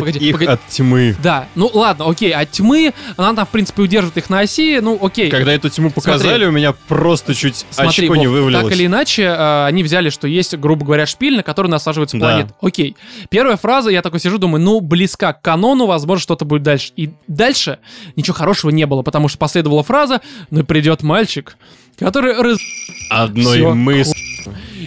погоди, погоди,
их
погоди.
от тьмы.
Да, ну ладно, окей, от тьмы, она там, в принципе, удержит их на оси, ну окей.
Когда эту тьму показали, у меня просто чуть
Смотри,
очко
Вов,
А не вывалилось.
так или иначе, э, они взяли, что есть, грубо говоря, шпиль, на который насаживается
Да.
планета. Окей. Первая фраза, я такой сижу, думаю, ну, близка к канону, возможно, что-то будет дальше. И дальше ничего хорошего не было, потому что последовала фраза, ну, придет мальчик, который раз...
Одной
Всё.
мысли.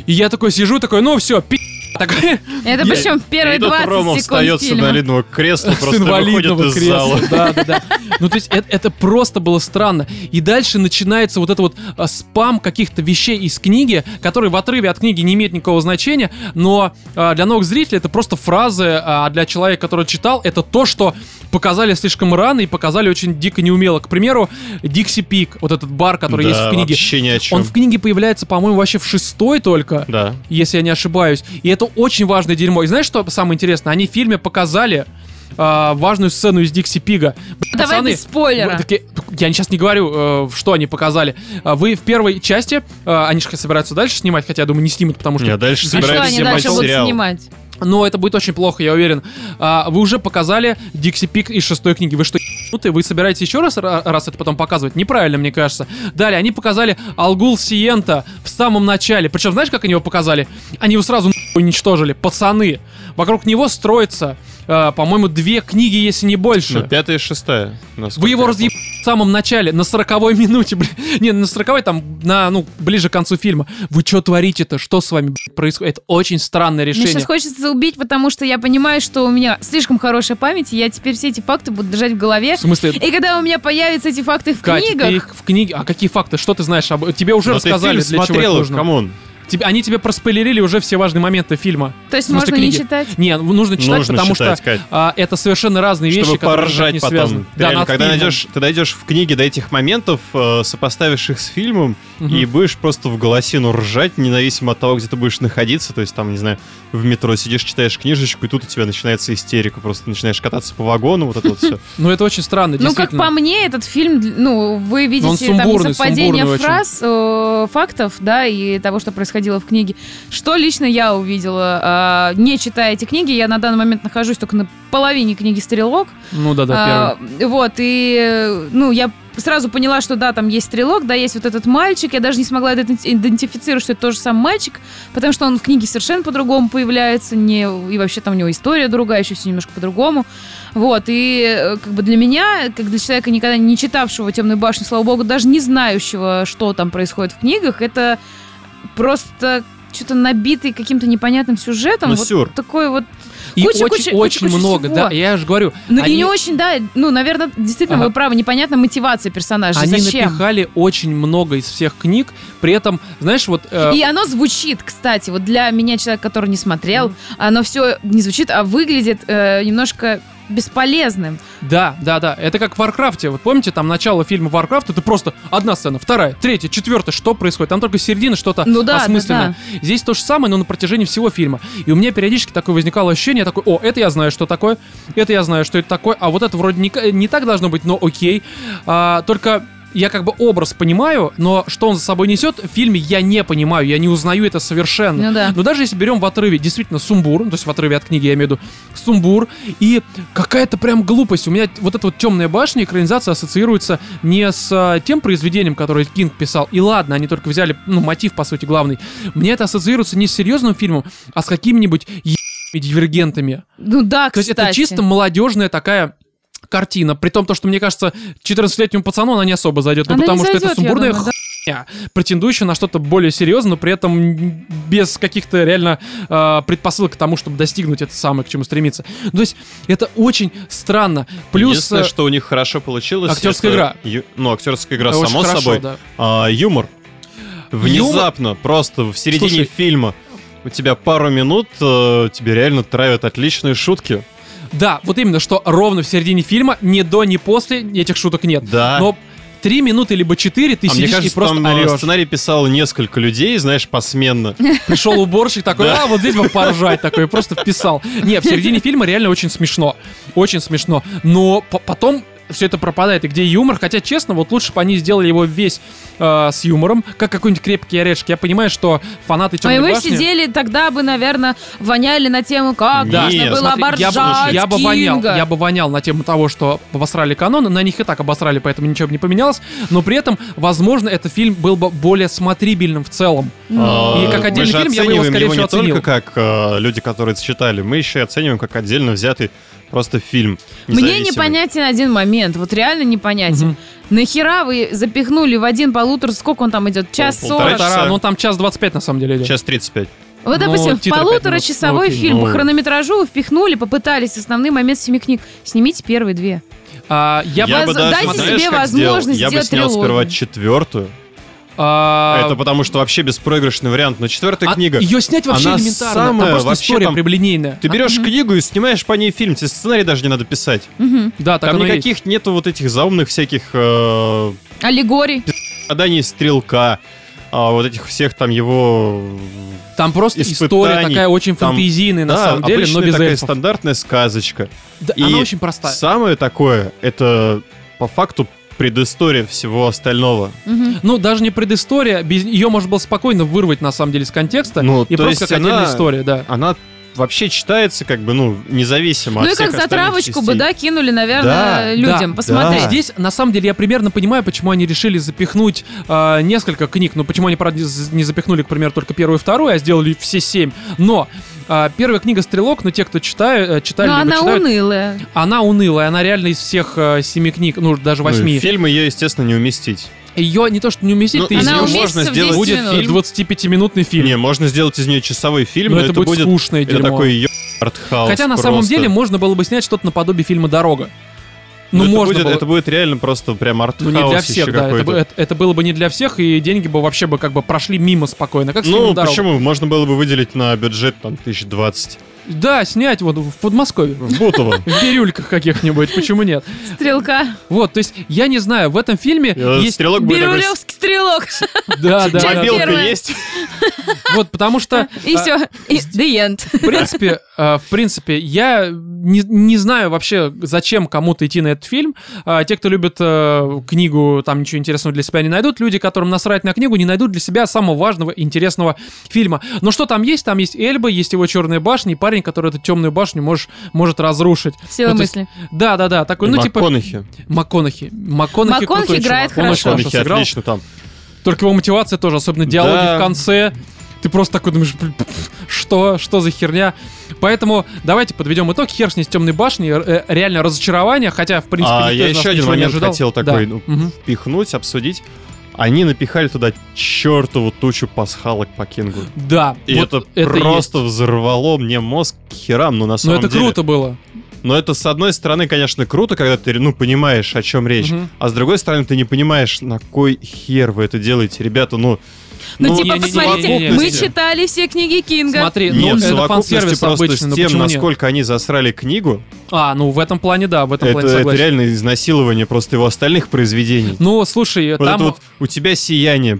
И я такой сижу, такой, ну, все, пи***, Такая
Это
Я-
причем первые
И тут
20
Рома
секунд
встает с
фильма.
инвалидного кресла,
с
просто выходит
инвалидного
из зала.
кресла. Да, да, да. Ну, то есть это, это просто было странно. И дальше начинается вот это вот а, спам каких-то вещей из книги, которые в отрыве от книги не имеют никакого значения, но а, для новых зрителей это просто фразы, а для человека, который читал, это то, что показали слишком рано и показали очень дико неумело. К примеру, Дикси Пик, вот этот бар, который есть в
Да,
книге.
вообще ни о чем.
Он в книге появляется, по-моему, вообще в шестой только
Да.
если я не ошибаюсь. И это очень важное дерьмо. И знаешь, что самое интересное? Они в фильме показали а, важную сцену из Дикси Пига. Блин,
Давай
пацаны,
без спойлера. А
вы такие- я сейчас не говорю, э, что они показали. А Вы в первой части, э, они же собираются дальше снимать, хотя я думаю, не снимут, потому что...
Не, дальше
А что
собираюсь
они
снимать
дальше будут
сериал.
снимать?
Но это будет очень плохо, я уверен. А, Вы уже показали Дикси Пик из шестой книги. Вы что, ебанутые? Вы собираетесь еще раз, ра- раз это потом показывать? Неправильно, мне кажется. Далее, они показали Алгул Сиента в самом начале. Причем, знаешь, как они его показали? Они его сразу нахуй уничтожили. Пацаны. Вокруг него строится, э, по-моему, две книги, если не больше.
Ну, пятая и шестая. насколько
Вы его
я
разъеб в самом начале, на 40 минуте, блин. Не, на 40 там, на, ну, ближе к концу фильма. Вы что творите-то? Что с вами блин, происходит? Это очень странное
Мне
решение.
сейчас хочется убить, потому что я понимаю, что у меня слишком хорошая память, и я теперь все эти факты буду держать в голове.
В смысле,
И когда у меня появятся эти факты в
Катя,
книгах,
ты их в книге. А какие факты? Что ты знаешь об Тебе уже
Но ты
рассказали, для
фильм
чего это
смотрела,
нужно.
камон.
Тебе- Они тебе проспойлерили уже все важные моменты фильма.
то есть
в смысле
можно не
книги?
читать.
Не, ну, нужно читать,
Нужно
потому
читать,
что
Кать.
а, это совершенно разные
Чтобы
вещи, которые никак
поржать
не
потом.
связаны.
Ты реально,
над
когда
фильмом.
найдешь, ты дойдешь в книге до этих моментов, э, сопоставишь их с фильмом,
Мгм.
и будешь просто в голосину ржать, независимо от того, где ты будешь находиться. То есть там, не знаю, в метро сидишь, читаешь книжечку, и тут у тебя начинается истерика. Просто начинаешь кататься по вагону, вот это вот все.
Ну это очень странно,
Ну, как по
действительно.
мне, этот фильм, ну, вы видите там
сумбурный,
несовпадение
сумбурный очень.
фраз, э, фактов, да, и того, что происходило в книге. Что лично я увидела, э, не читая эти книги, я на данный момент нахожусь только на половине книги «Стрелок»,
Ну да, да, первый.
А, вот, и, э, ну, я сразу поняла, что да, там есть стрелок, да, есть вот этот мальчик. Я даже не смогла идент- идентифицировать, что это тоже сам мальчик, потому что он в книге совершенно по-другому появляется, не, и вообще там у него история другая, еще все немножко по-другому. Вот, и э, как бы для меня, как для человека, никогда не читавшего «Темную башню», слава богу, даже не знающего, что там происходит в книгах, это просто что-то набитый каким-то непонятным сюжетом.
Ну,
вот
сюр.
такой вот
И
куча,
очень,
куча, куча,
очень
куча
много,
всего.
да. Я же говорю,
ну
они-
и не очень, да, ну, наверное, действительно,
Ага.
вы правы, непонятна мотивация персонажа,
они
зачем.
напихали очень много из всех книг. При этом, знаешь, вот э,
И оно звучит, кстати, вот для меня, человек, который не смотрел, оно все не звучит, а выглядит э, немножко бесполезным.
Да, да, да. Это как в Варкрафте. Вот помните, там начало фильма Warcraft, это просто одна сцена, вторая, третья, четвертая, что происходит? Там только середина что-то
Ну да, да,
осмысленное. Здесь то же самое, но на протяжении всего фильма. И у меня периодически такое возникало ощущение, я такой, о, это я знаю, что такое, это я знаю, что это такое, а вот это вроде не, к- не так должно быть, но окей. А, только я как бы образ понимаю, но что он за собой несет в фильме, я не понимаю, я не узнаю это совершенно.
Ну да.
Но даже если берем в отрыве, действительно, сумбур, ну, то есть в отрыве от книги я имею в виду, сумбур и какая-то прям глупость. У меня вот эта вот темная башня, экранизация ассоциируется не с а, тем произведением, которое Кинг писал, и ладно, они только взяли, ну, мотив, по сути, главный. Мне это ассоциируется не с серьезным фильмом, а с какими-нибудь ебаными дивергентами.
Ну да,
То есть
кстати.
это чисто молодежная такая картина. При том, то, что, мне кажется, 14-летнему пацану она не особо зайдет. Ну,
Она не
потому что это
зайдет, я
сумбурная
думаю,
хуйня, претендующая на что-то более серьезное, но при этом м, без каких-то реально э, предпосылок к тому, чтобы достигнуть это самое, к чему стремиться. Ну, То есть это очень странно. Плюс...
Единственное,
э,
что у них хорошо получилось...
Актерская
это ю- Ну, актерская игра,
э, очень
само
хорошо,
собой.
да.
А, юмор. Внезапно, просто в середине
Слушай.
фильма у тебя пару минут, э, тебе реально травят отличные шутки.
Да, вот именно, что ровно в середине фильма, ни до, ни после этих шуток нет.
Да.
Но три минуты либо четыре ты
а
сидишь
мне кажется,
и просто
там э,
орешь.
сценарий писало несколько людей, знаешь, посменно.
Пришел уборщик такой, а, вот здесь бы поржать такой, и просто вписал. Не, в середине фильма реально очень смешно. Очень смешно. Но по- потом все это пропадает. И где юмор? Хотя, честно, вот лучше бы они сделали его весь э, с юмором, как какой-нибудь крепкий орешек. Я понимаю, что фанаты
А и
темной
вы
башни...
сидели тогда бы, наверное, воняли на тему, как
Да.
можно
Нет,
было
смотри,
я
оборжать
бы, я бы вонял,
Кинга.
я бы вонял на тему того, что обосрали каноны, на них и так обосрали, поэтому ничего бы не поменялось, но при этом, возможно, этот фильм был бы более смотрибельным в целом.
А,
Ну.
И как
мы
отдельный
же
фильм я бы его,
оцениваем
скорее всего,
не
оценил.
только как э, люди, которые это читали, мы еще и оцениваем как отдельно взятый просто фильм.
Мне
независимый.
непонятен один момент, вот реально непонятен.
Мгм.
Нахера вы запихнули в один полутора, сколько он там идет, час
Полтора
сорок?
часа.
Полтора, ну там час 25 на самом деле идет.
Час 35.
Вот,
Ну,
допустим, в
титры пять минут, ну,
полуторачасовой
окей,
фильм по
ну.
хронометражу впихнули, попытались основные моменты семи книг. Снимите первые две.
А, я бы...
Я- бы- дайте
знаешь,
себе
как сделал?
возможность
Я бы
сделать
снял сперва
трилогию.
четвертую.
а,
Это потому что вообще беспроигрышный вариант, но четвертая
а
книга.
Ее снять вообще
Она
элементарно.
самая
там просто
вообще
история
там-
приблинейная.
Ты берешь книгу и снимаешь по ней фильм, тебе сценарий даже не надо писать.
Мгм.
Да, так
Там
оно и есть.
никаких нету вот этих заумных всяких э,
Аллегорий.
заданий стрелка, а вот этих всех там его...
Там просто история
испытаний,
такая очень
там-
фантазийная на
да,
самом деле, но
обычная
без
такая
эльфов.
стандартная сказочка.
Да,
и
Она очень простая.
Самое такое, это по факту предыстория всего остального.
Мгм.
Ну, даже не предыстория, без ее можно было спокойно вырвать на самом деле из контекста.
Ну,
и
то
просто
есть
как отдельная
она-
история, да.
Она вообще читается как бы, ну, независимо от
Ну и
всех
как
остальных
затравочку
частей.
бы, да, кинули, наверное,
Да,
людям
да,
посмотреть.
да.
Здесь, на самом деле, я примерно понимаю, почему они решили запихнуть э, несколько книг. Ну, почему они, правда, не з- не запихнули, к примеру, только первую и вторую, а сделали все семь. Но э, первая книга «Стрелок», ну, те, кто читают, э, читали,
Но
либо
Ну, она
читают,
унылая.
она унылая. Она реально из всех э, семи книг, ну, даже
Ну, и
восьми.
в фильм ее, естественно, не уместить.
Ее не то, что не уместить,
Ну,
ты
из
из
Она
неё
нее
уместится
можно
в
сделать
10
будет
минут.
э, 25-минутный фильм.
Не, можно сделать из нее часовой фильм,
но
но,
Ну, это, будет скучное
это
дерьмо.
такой ё- артхаус
Хотя на самом
просто.
деле можно было бы снять что-то наподобие фильма «Дорога». Ну,
Ну, это
можно
будет,
было.
это будет реально просто прям арт
Ну, не для всех, да. Это, бы- это- это было бы не для всех, и деньги бы вообще бы как бы прошли мимо спокойно. Как с
Ну,
фильмом «Дорога».
почему? Можно было бы выделить на бюджет там 1020.
Да, снять вот в Подмосковье.
В Бутово.
В бирюльках каких-нибудь, почему нет?
Стрелка.
Вот, то есть, я не знаю, в этом фильме
Э,
есть...
Стрелок будет такой... с-
Бирюлевский стрелок.
А, Да, да, да.
Мобил.
Мобилка
первая.
есть?
Вот, потому что...
И
а,
все. The end.
В принципе, э, в принципе, я не, не знаю вообще, зачем кому-то идти на этот фильм. А, Те, кто любит э, книгу, там ничего интересного для себя не найдут. Люди, которым насрать на книгу, не найдут для себя самого важного, интересного фильма. Но что там есть? Там есть Эльба, есть его черная башня, и парень, который эту темную башню мож- может разрушить.
Сила
Ну, то есть-
мысли.
Да, да, да. Такой, ну, типа
МакКонахи.
МакКонахи. МакКонахи,
МакКонахи
крутой
играет
чувак. Он очень
хорошо.
хорошо
МакКонахи
сыграл.
отлично там.
Только его мотивация тоже, особенно диалоги
Да.
в конце. Ты просто такой думаешь, «Блин, пф, что, что за херня? Поэтому давайте подведем итог. Хер с ней с темной башней. Э, Реально разочарование, хотя, в принципе,
А
никто
я
из нас
еще один
ничего не
момент
ожидал.
хотел
Да.
такой, ну,
Мгм.
впихнуть, обсудить. Они напихали туда чертову тучу пасхалок по Кингу.
Да.
И
вот
это,
и
просто взорвало мне мозг к херам, но на
есть. Но
самом
Ну, это
деле...
круто было.
Но это, с одной стороны, конечно, круто, когда ты, ну, понимаешь, о чем речь.
Мгм.
А с другой стороны, ты не понимаешь, на кой хер вы это делаете. Ребята, ну...
Ну, типа,
не-не-не-не-не-не.
посмотрите, мы
совокупности-
читали все книги Кинга.
Смотри,
Нет,
ну
в
это
совокупности
фан-сервис
просто
обычный,
с
но
тем,
почему нет?
насколько они засрали книгу,
А, ну в этом плане да, в этом
это,
плане
это
согласен.
реально изнасилование просто его остальных произведений.
Ну, слушай,
вот
там...
это вот у тебя сияние.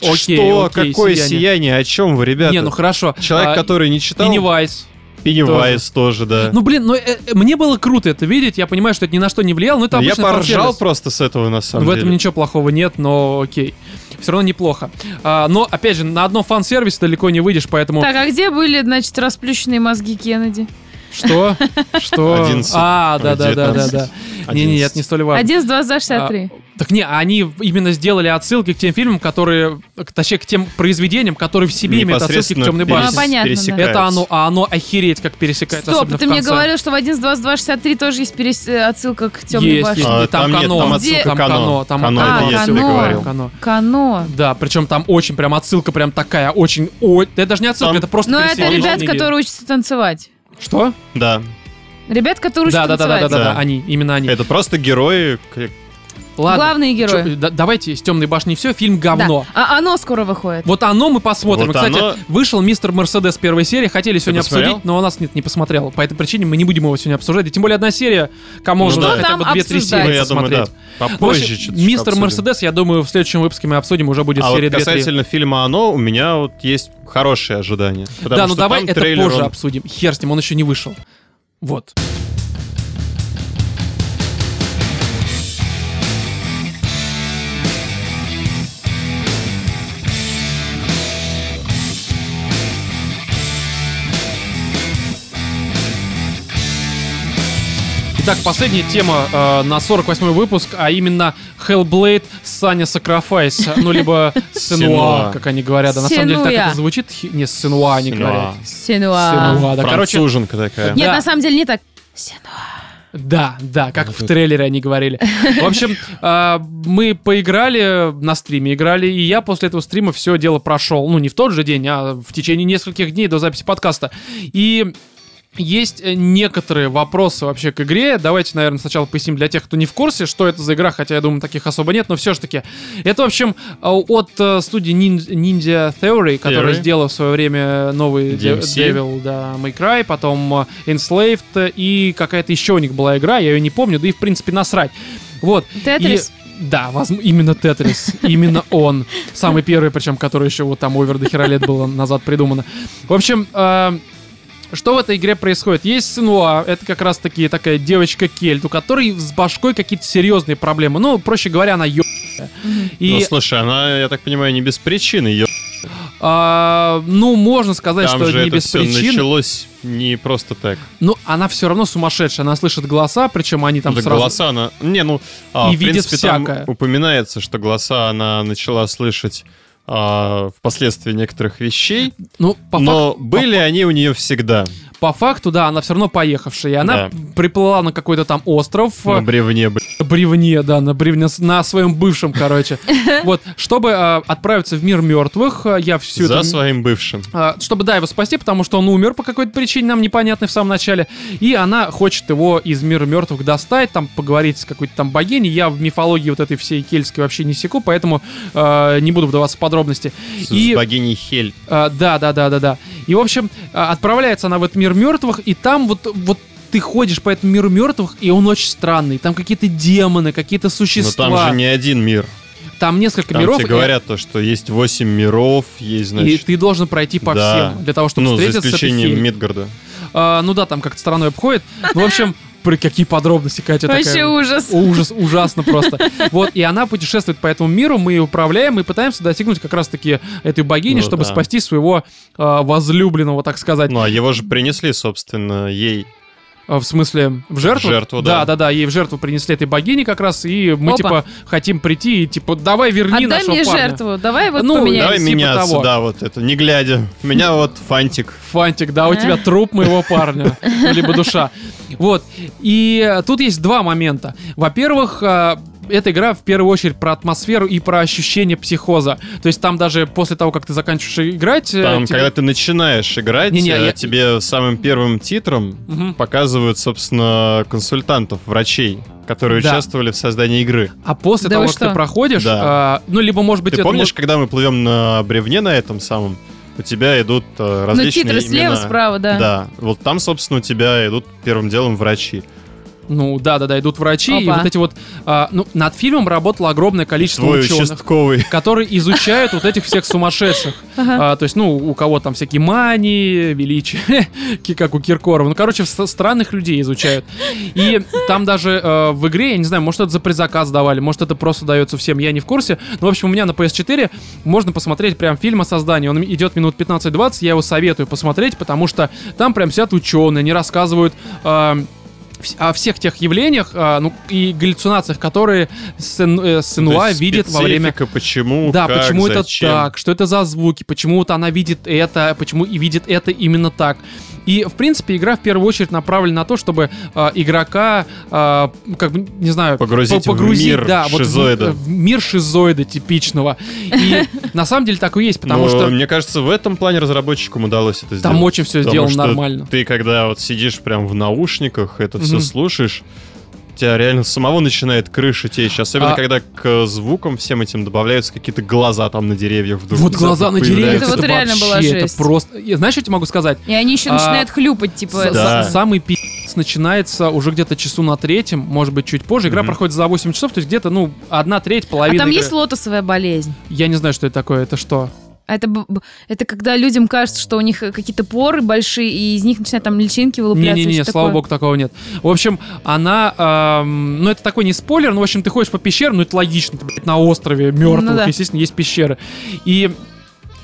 Окей,
Что?
окей,
Какое
сияние.
сияние? О чем вы, ребята?
Не, ну хорошо.
Человек,
А,
который не читал,
Пеннивайз.
Пеннивайз тоже, да.
Ну, блин, ну, э, э, мне было круто это видеть. Я понимаю, что это ни на что не влияло, но это
Но я
обычный
поржал
фан-сервис. Ну,
просто с этого, на самом
В
деле.
этом ничего плохого нет, но окей. Все равно неплохо. А, но, опять же, на одном фан-сервисе далеко не выйдешь, поэтому...
Так, а где были, значит, расплющенные мозги Кеннеди?
Что? Что?
11,
А, да-да-да-да-да.
11.
Не-не, это не столь важно.
11, 2, за 63.
А, так не, они в- именно сделали отсылки к тем фильмам, которые... к- Точнее, к тем произведениям, которые в себе имеют отсылки к
Непосредственно
темной
перес-
А,
башне.
понятно, да.
пересекаются.
Это оно, а оно охереть как пересекается,
Стоп,
особенно
ты
в
мне
конце.
говорил, что в 11, 2, 63 тоже есть перес- э, отсылка к темной
Есть, есть,
башне.
А,
и там
там нет,
Кано.
там
отсылка
Там
Кано.
Кано, там
Кано,
Кано,
это
всё
я тебе
такое.
говорил.
Кано.
Кано.
Да, причем там очень прям отсылка прям такая, очень... О, это даже не отсылка,
Там-
это просто
Но Ну, это
пересечение
ребят,
книги.
которые учатся танцевать.
Что?
Да.
Ребят, которые
Да, да, да,
учатся
да, да,
танцевать.
да,
Да.
они, именно они.
Это просто герои.
Ладно.
Главные герои.
Чё, да- давайте с темной башни все, фильм говно.
Да. А оно скоро выходит.
Вот оно мы посмотрим.
Вот
И, Кстати,
оно-
вышел мистер Мерседес первой серии. Хотели сегодня
посмотрел?
обсудить, но у нас нет, не посмотрел. По этой причине мы не будем его сегодня обсуждать. И тем более одна серия, кому
Ну
нужно
да.
хотя бы
Там
2-3
обсуждать.
Ну,
серии
я думаю, да.
посмотреть.
Попозже
В общем,
чуть-чуть
Мистер
обсудим.
Мерседес, я думаю, в следующем выпуске мы обсудим, уже будет
А
серия
вот
2-3.
касательно фильма «Оно», у меня вот есть хорошие ожидания. Потому
Да, ну
что
давай
там
это
трейлер,
позже
он-
обсудим. Хер с ним, он еще не вышел. Вот. Итак, последняя тема э, на 48-й выпуск, а именно Hellblade Саня Сакрафайс, ну либо Сенуа,
Сенуа.
как они говорят. Да, на самом деле так
Сенуя.
это звучит. хи- Не, Сенуа они
Синуа.
говорят.
Синуа.
Синуа. Да, короче,
Француженка такая.
Нет,
Да.
на самом деле не так. Синуа.
Да, да, как
Вот
в
это.
трейлере они говорили. В общем, а, мы поиграли, на стриме играли, и я после этого стрима все дело прошел. Ну, не в тот же день, а в течение нескольких дней до записи подкаста. И есть э, некоторые вопросы вообще к игре. Давайте, наверное, сначала поясним для тех, кто не в курсе, что это за игра, хотя я думаю, таких особо нет, но все же таки. Это, в общем, э, от э, студии Nin- Ninja Theory, которая
Theory.
сделала в свое время новый De-
DMC.
Devil, да, May Cry, потом э, Enslaved э, и какая-то еще у них была игра, я ее не помню, да и, в принципе, насрать. Вот.
Тетрис.
И- да, возм- именно Тетрис, именно он. Самый первый, причем, который еще вот там овер до хера лет было назад придумано. В общем, э, что в этой игре происходит? Есть Синуа, это как раз таки такая девочка Кельт, у которой с башкой какие-то серьезные проблемы. Ну, проще говоря, она ё...
Мгм.
Ну,
И,
слушай, она, я так понимаю, не без причины. Ее
а, ну, можно сказать,
там
что
же
не
это
без
все
причин.
началось не просто так.
Но Ну, она все равно сумасшедшая, она слышит голоса, причем они там
Там
сразу...
голоса она... Не, ну, а,
И
в
видит
принципе,
всякое.
там упоминается, что голоса она начала слышать а, впоследствии некоторых вещей,
Ну, по факту...
но были они у нее всегда
По факту, да, она все равно поехавшая. И она
Да.
приплыла на какой-то там остров.
на
э,
бревне, блин.
На бревне, да, на бревне, с- на своем бывшем, короче. Вот, чтобы э, отправиться в мир мертвых, э, я всю
за
эту-
своим бывшим.
э, чтобы, да, его спасти, потому что он умер по какой-то причине, нам непонятной в самом начале. И она хочет его из мира мертвых достать, там поговорить с какой-то там богиней. Я в мифологии вот этой всей кельтской вообще не секу, поэтому э, не буду вдаваться в подробности.
С,
И-
с богиней Хель.
А, да, да, да, да, да. И, в общем, а, отправляется она в этот мир мертвых, и там вот, вот ты ходишь по этому миру мертвых, и он очень странный. Там какие-то демоны, какие-то
Но
существа.
там же не один мир.
Там несколько
Там
миров.
тебе
и-
говорят то, что есть 8 миров, есть,
И
значит...
ты должен пройти по
Да.
всем для того, чтобы
Ну, за
встретиться с этой
исключением
феей.
Мидгарда.
А, ну да, там как-то стороной обходит. Ну, в общем, при какие подробности, Катя
Вообще
такая.
ужас.
Ужас, ужасно просто. Вот, и она путешествует по этому миру, мы ее управляем и пытаемся достигнуть как раз-таки этой богини,
Ну
чтобы
да.
спасти своего а, возлюбленного, так сказать.
Ну, а его же принесли, собственно, ей.
А, В смысле, в жертву?
В жертву, да.
Да, да, да, ей в жертву принесли этой богине как раз, и мы,
Опа.
типа, хотим прийти и, типа, давай верни
Отдай
нашего
мне
парня.
жертву. Давай вот
Ну,
поменяем.
Давай
типа
меня
того.
сюда вот это, не глядя. Меня вот фантик.
Фантик, да, у
А?
тебя труп моего парня, ну, либо душа. Вот, и э, тут есть два момента. Во-первых, э, эта игра в первую очередь про атмосферу и про ощущение психоза. То есть там даже после того, как ты заканчиваешь играть... э,
Там,
тебе-
когда ты начинаешь играть,
Не-не,
э,
я-
тебе самым первым титром
Мгм.
показывают, собственно, консультантов, врачей, которые
Да.
участвовали в создании игры.
А после
Да
того,
вы
как ты
что?
проходишь,
Да.
э, ну, либо, может быть,
ты
это
помнишь,
может-
когда мы плывем на бревне на этом самом, у тебя идут э,
Ну,
различные
титры слева,
имена.
справа, да.
Да, вот там, собственно, у тебя идут первым делом врачи.
Ну, да-да-да, идут врачи, и
Опа.
вот эти вот... э, ну, над фильмом работало огромное количество
Твой
ученых.
участковый.
которые изучают вот этих всех сумасшедших.
Ага.
А, то есть, ну, у кого там всякие мании, величие, ки- как у Киркорова. Ну, короче, с- странных людей изучают. И там даже э, в игре, я не знаю, может, это за предзаказ давали, может, это просто дается всем, я не в курсе. Но, в общем, у меня на PS4 можно посмотреть прям фильм о создании. Он идет минут 15-20, я его советую посмотреть, потому что там прям сидят ученые, они рассказывают... э, вс- о всех тех явлениях а, ну, и галлюцинациях, которые Сен- э, Сенуа
Ну, То есть
видит во время
специфика, почему,
да,
как,
почему
зачем.
это так, что это за звуки, почему вот она видит это, почему и видит это именно так. И, в принципе, игра в первую очередь направлена на то, чтобы э, игрока, э, ну, как бы, не знаю,
Погрузить
по-
в мир
да, вот в-
шизоида.
в, мир шизоида типичного. И на самом деле так и есть, потому
Но,
что
мне кажется, в этом плане разработчикам удалось это сделать.
там очень все
Ну, Потому
сделано
что
нормально.
Ты когда вот сидишь прям в наушниках, это все
Мгм.
слушаешь, тебя реально самого начинает крыша течь. Особенно
А-
когда к э, звукам всем этим добавляются какие-то глаза там на деревьях вдруг.
Вот
внезапно
глаза на деревьях,
появляются.
это,
Это вот реально
вообще,
была
это
жесть.
просто... И Знаешь, что я тебе могу сказать?
И они еще
А,
начинают хлюпать, типа...
С-
Да.
с- Самый пи***ц начинается уже где-то часу на третьем, может быть, чуть позже. Игра
Мгм.
проходит за 8 часов, то есть где-то, ну, одна треть,
А
половина
там
игры.
есть лотосовая болезнь.
Я не знаю, что это такое, это что?
А Это, б- б- это когда людям кажется, что у них э, какие-то поры большие, и из них начинают там личинки вылупляться. и
Не-не-не,
всё
слава
такое.
богу, такого нет. В общем, она... эм, ну, это такой не спойлер, но, в общем, ты ходишь по пещерам, ну, это логично, ты, блядь, на острове мертвых,
Ну да.
естественно, есть пещеры. И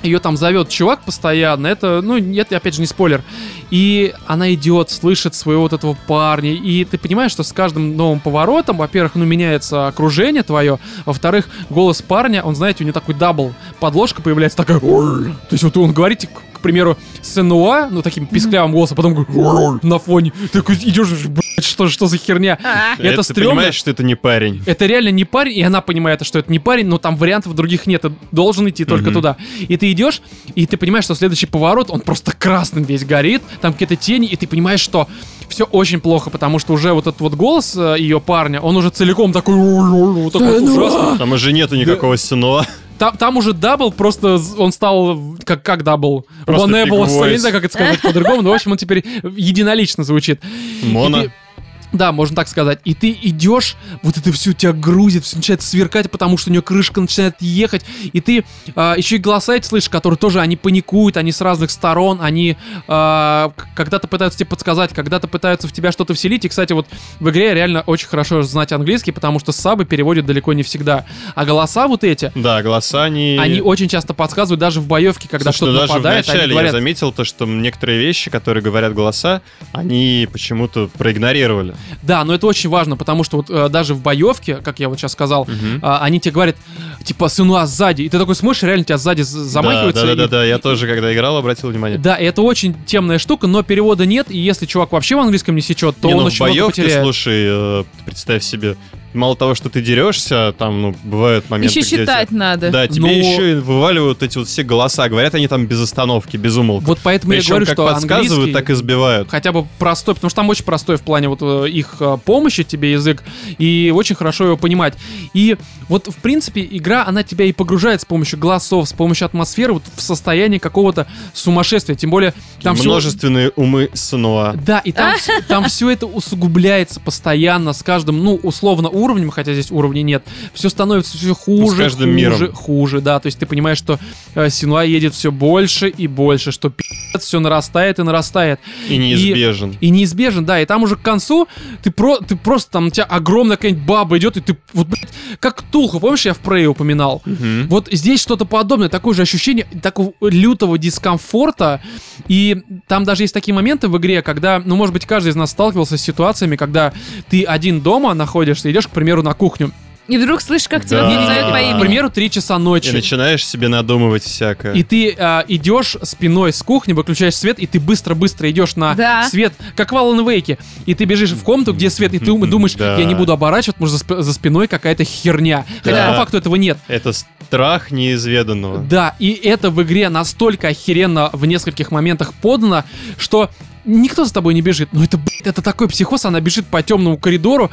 ее там зовет чувак постоянно, это, ну, нет, опять же, не спойлер. И она идет, слышит своего вот этого парня, и ты понимаешь, что с каждым новым поворотом, во-первых, ну, меняется окружение твое, во-вторых, голос парня, он, знаете, у него такой дабл, подложка появляется такая, «Ой». то есть вот он говорит, к, к А, примеру, Сенуа, ну, таким писклявым голосом, потом говорит, «Ой», на фоне, ты такой идешь, блядь, что, что за херня.
А.
Это
ты
стрёмно.
понимаешь, что это не парень.
Это реально не парень, и она понимает, что это не парень, но там вариантов других нет, ты должен идти только
Мгм.
туда. И ты идешь, и ты понимаешь, что следующий поворот, он просто красным весь горит, там какие-то тени, и ты понимаешь, что все очень плохо, потому что уже вот этот вот голос ее парня, он уже целиком такой... «Ой-ой-ой», вот такой
Да ну.
ужасный.
Там уже нету никакого синуа.
Там, там уже дабл, просто з- он стал в- как, как дабл.
Просто
One
big
Apple,
voice.
я не знаю, как это сказать по-другому, но в общем он теперь единолично звучит.
Моно.
И ты- да, можно так сказать. И ты идешь, вот это все тебя грузит, все начинает сверкать, потому что у нее крышка начинает ехать. И ты а, еще и голоса эти слышишь, которые тоже, они паникуют, они с разных сторон, они а, к- когда-то пытаются тебе подсказать, когда-то пытаются в тебя что-то вселить. И, кстати, вот в игре реально очень хорошо знать английский, потому что сабы переводят далеко не всегда. А голоса вот эти,
Да, голоса они...
они очень часто подсказывают даже в боевке, когда
Слушай, ну
что-то
даже
нападает,
в начале
они говорят.
я заметил то, что некоторые вещи, которые говорят голоса, они почему-то проигнорировали.
Да, но это очень важно, потому что вот э, даже в боевке, как я вот сейчас сказал,
Мгм.
а, они тебе говорят, типа, сынуа сзади. И ты такой смотришь, реально тебя сзади з- замахивается.
Да, да, да,
и-
да, я тоже, когда играл, обратил внимание.
Да, и это очень темная штука, но перевода нет, и если чувак вообще в английском не сечет, то
не,
он
ну, в
очень много
боевке,
потеряет.
слушай, э, представь себе, мало того, что ты дерешься, там, ну, бывают моменты,
Еще
где тебя-
считать надо.
Да, тебе
Но-
еще и вываливают эти вот все голоса. Говорят они там без остановки, без умолка.
Вот поэтому
Причем
я говорю,
как
что
подсказывают,
английский
так и сбивают.
хотя бы простой, потому что там очень простой в плане вот э, их э, помощи тебе язык, и очень хорошо его понимать. И вот, в принципе, игра, она тебя и погружает с помощью голосов, с помощью атмосферы вот в состояние какого-то сумасшествия. Тем более, там всего-
Множественные умы а, снова.
Да, и там, вс- там все это усугубляется постоянно с каждым, ну, условно, уровнем, хотя здесь уровней нет. Все становится все хуже,
Ну, каждым
хуже,
миром.
хуже, да. То есть ты понимаешь, что э, Синуа едет все больше и больше, что пи***ц все нарастает и нарастает.
И неизбежен.
И неизбежен, да. И там уже к концу ты, про, ты просто там, у тебя огромная какая-нибудь баба идет, и ты, вот, блядь, как Ктулху, помнишь, я в Прее упоминал?
Мгм.
Вот здесь что-то подобное, такое же ощущение такого лютого дискомфорта. И там даже есть такие моменты в игре, когда, ну, может быть, каждый из нас сталкивался с ситуациями, когда ты один дома находишься, идешь, к примеру, на кухню.
И вдруг слышишь, как тебя
Да.
называют по
К
А.
имени.
примеру, 3 часа
И
ночи.
начинаешь себе надумывать всякое.
И ты а, идешь спиной с кухни, выключаешь свет, и ты быстро-быстро идешь на
Да.
свет, как в Alan Wake. И ты бежишь в комнату, где свет, и ты ум- думаешь,
Да.
я не буду оборачивать, потому что за, сп- за спиной какая-то херня. Хотя
Да.
по факту этого нет.
Это страх неизведанного. Ну,
Да, и это в игре настолько охеренно в нескольких моментах подано, что никто за тобой не бежит. Но это, блядь, это такой психоз, она бежит по темному коридору,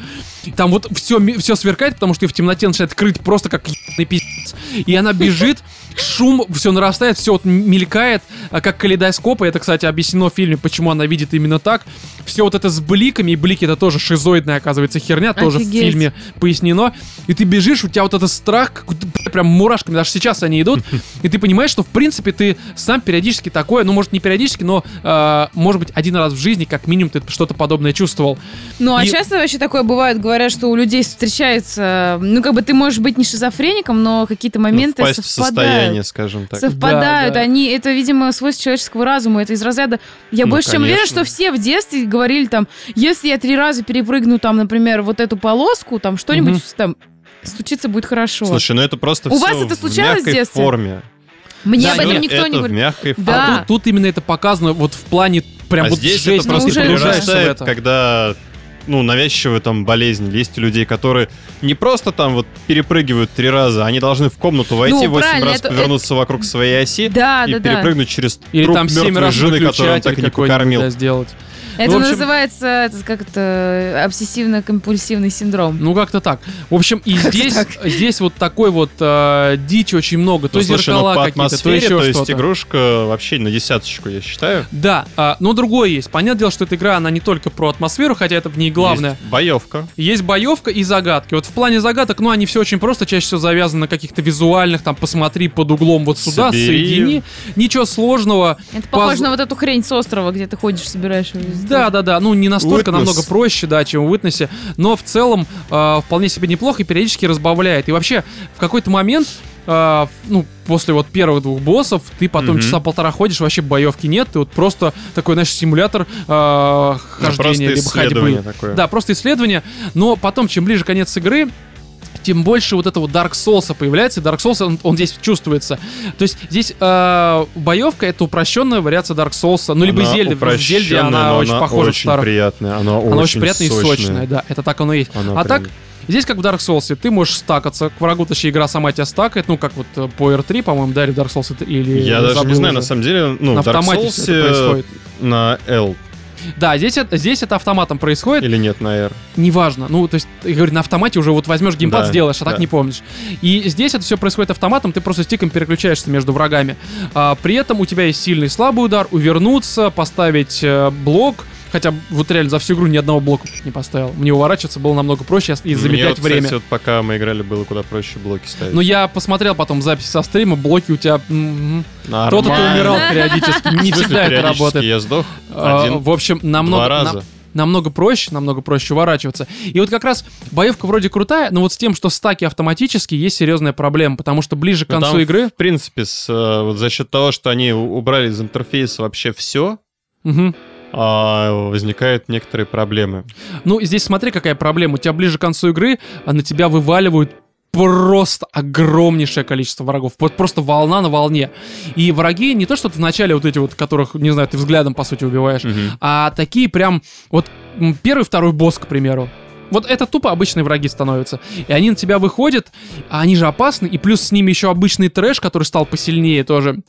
там вот все, все сверкает, потому что ее в темноте начинает крыть просто как ебаный пиздец. И она бежит, шум, все нарастает, все вот м- мелькает, а, как калейдоскоп, и это, кстати, объяснено в фильме, почему она видит именно так. Все вот это с бликами, и блики это тоже шизоидная, оказывается, херня, тоже в
Офигеть.
фильме пояснено. И ты бежишь, у тебя вот этот страх, как будто, бля, прям мурашками, даже сейчас они идут, и ты понимаешь, что, в принципе, ты сам периодически такое, ну, может, не периодически, но, э, может быть, один раз в жизни, как минимум, ты что-то подобное чувствовал.
Ну, а
И-
часто вообще такое бывает, говорят, что у людей встречается... Ну, как бы ты можешь быть не шизофреником, но какие-то
Ну,
моменты
впасть в состояние,
совпадают.
скажем так.
Совпадают.
Да, да.
Они... Это, видимо, свойство человеческого разума. Это из разряда... Я
Ну,
больше чем уверена,
конечно.
что все в детстве говорили там, если я три раза перепрыгну там, например, вот эту полоску, там что-нибудь
Мгм.
там стучиться будет хорошо.
Слушай, ну это просто
У
всё
вас это
в
случалось в
мягкой
детстве?
форме.
Мне
Да,
об этом
нет,
никто
это
не
в
говорит.
мягкой форме.
Да.
А тут, тут именно это показано вот в плане прям
а
вот
здесь
жесть,
это просто
ты
уже
погружаешься в
перерастает,
это.
когда ну, навязчивая там болезнь. Есть у людей, которые не просто там вот перепрыгивают три раза, они должны в комнату войти, восемь
Ну, правильно,
раз
это-
повернуться вокруг своей оси
Да,
и
да, да.
перепрыгнуть через
Или
труп
там семь
мертвой
раз
жены, которую он так
выключатель
и не
какой-нибудь,
покормил. Ну,
да, сделать.
Это
Ну, в общем-
называется это как это обсессивно-компульсивный синдром.
Ну, как-то так. В общем, и здесь, здесь вот такой вот э, дичи очень много. То
Ну, слушай, ну,
зеркала
по
какие-то, то
атмосфере,
еще
то, есть
что-то.
игрушка вообще на десяточку, я считаю.
Да, а, но другое есть. Понятное дело, что эта игра, она не только про атмосферу, хотя это в ней главное.
Есть боевка.
Есть боевка и загадки. Вот в плане загадок, ну, они все очень просто, чаще всего завязаны на каких-то визуальных, там, посмотри под углом вот сюда,
Собери.
соедини. Ничего сложного.
Это похоже
Паз-
на вот эту хрень с острова, где ты ходишь, собираешь ее. из-
Да, да, да. Ну, не настолько,
Witness.
намного проще, да, чем в Witness, но в целом э, вполне себе неплохо и периодически разбавляет. И вообще, в какой-то момент, э, в- ну, после вот первых двух боссов, ты потом
Мгм.
часа полтора ходишь, вообще боевки нет, ты вот просто такой, знаешь, симулятор э,
Ну,
хождения
просто
либо
исследование
ходьбы.
такое.
Да, просто исследование, но потом, чем ближе конец игры, тем больше вот этого Dark Souls появляется. И Dark Souls, он, он здесь чувствуется. То есть здесь э, боевка — это упрощенная вариация Dark Souls. Ну, либо
Она
Зельда. потому что в Зельде
упрощенная,
она
но
очень похожа на
очень
старую.
приятная, она,
Она
очень
очень приятная и сочная, да, это так оно и есть.
Она
а
прям-
так, здесь как в Dark Souls, ты можешь стакаться, к врагу точнее игра сама тебя стакает, ну как вот э, по R3, по-моему, да, или в Dark Souls это- или...
Я даже не
забыл
знаю,
уже.
на самом деле, ну,
На
в Dark
автомате
Souls,
всё это происходит.
э, на L
Да, здесь это, здесь это автоматом происходит,
или нет, на R.
неважно. Ну, то есть, я говорю, на автомате уже вот возьмешь геймпад,
Да,
сделаешь, а так
да.
не помнишь. И здесь это все происходит автоматом, ты просто стиком переключаешься между врагами. А, при этом у тебя есть сильный и слабый удар, увернуться, поставить э, блок. Хотя вот реально за всю игру ни одного блока не поставил. Мне уворачиваться было намного проще и
Мне вот,
замедлять
кстати,
время.
вот пока мы играли, было куда проще блоки ставить.
Ну, я посмотрел потом записи со стрима, блоки у тебя... м, м. Кто-то
Нормально.
ты умирал периодически,
В
не
смысле,
всегда это
периодически
работает.
Я сдох
А,
один,
В общем, намного...
два
на-
раза.
намного проще, намного проще уворачиваться. И вот как раз боевка вроде крутая, но вот с тем, что стаки автоматически, есть серьезная проблема, потому что ближе к
Ну,
концу
там,
игры...
В принципе, с, э, вот за счет того, что они у- убрали из интерфейса вообще все,
Мгм.
возникают некоторые проблемы.
Ну, и здесь смотри, какая проблема. У тебя ближе к концу игры а, на тебя вываливают просто огромнейшее количество врагов. Вот просто волна на волне. И враги не то, что ты вначале вот эти вот, которых, не знаю, ты взглядом, по сути, убиваешь, а такие прям вот м, первый, второй босс, к примеру. Вот это тупо обычные враги становятся. И они на тебя выходят, а они же опасны, и плюс с ними еще обычный трэш, который стал посильнее тоже.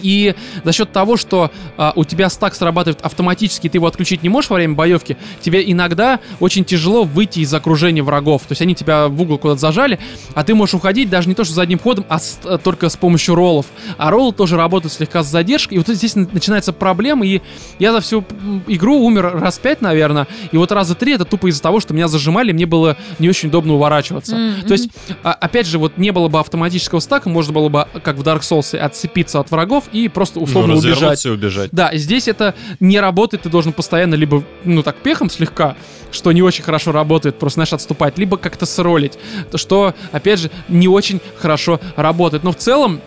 И за счет того, что а, у тебя стак срабатывает автоматически, и ты его отключить не можешь во время боевки, тебе иногда очень тяжело выйти из окружения врагов. То есть они тебя в угол куда-то зажали, а ты можешь уходить даже не то, что задним ходом, а с- э, только с помощью роллов. А роллы тоже работают слегка с задержкой. И вот здесь на- начинается проблема, и я за всю м, игру умер раз пять, наверное. И вот раза три это тупо из-за того, что меня зажимали, и мне было не очень удобно уворачиваться.
Мгм.
То есть, а, опять же, вот не было бы автоматического стака, можно было бы, а, как в Dark Souls, отцепиться от врагов и просто условно
Ну,
убежать.
развернуться и убежать.
Да, здесь это не работает, ты должен постоянно либо, ну так, пехом слегка, что не очень хорошо работает, просто, знаешь, отступать, либо как-то сролить, что, опять же, не очень хорошо работает. Но в целом,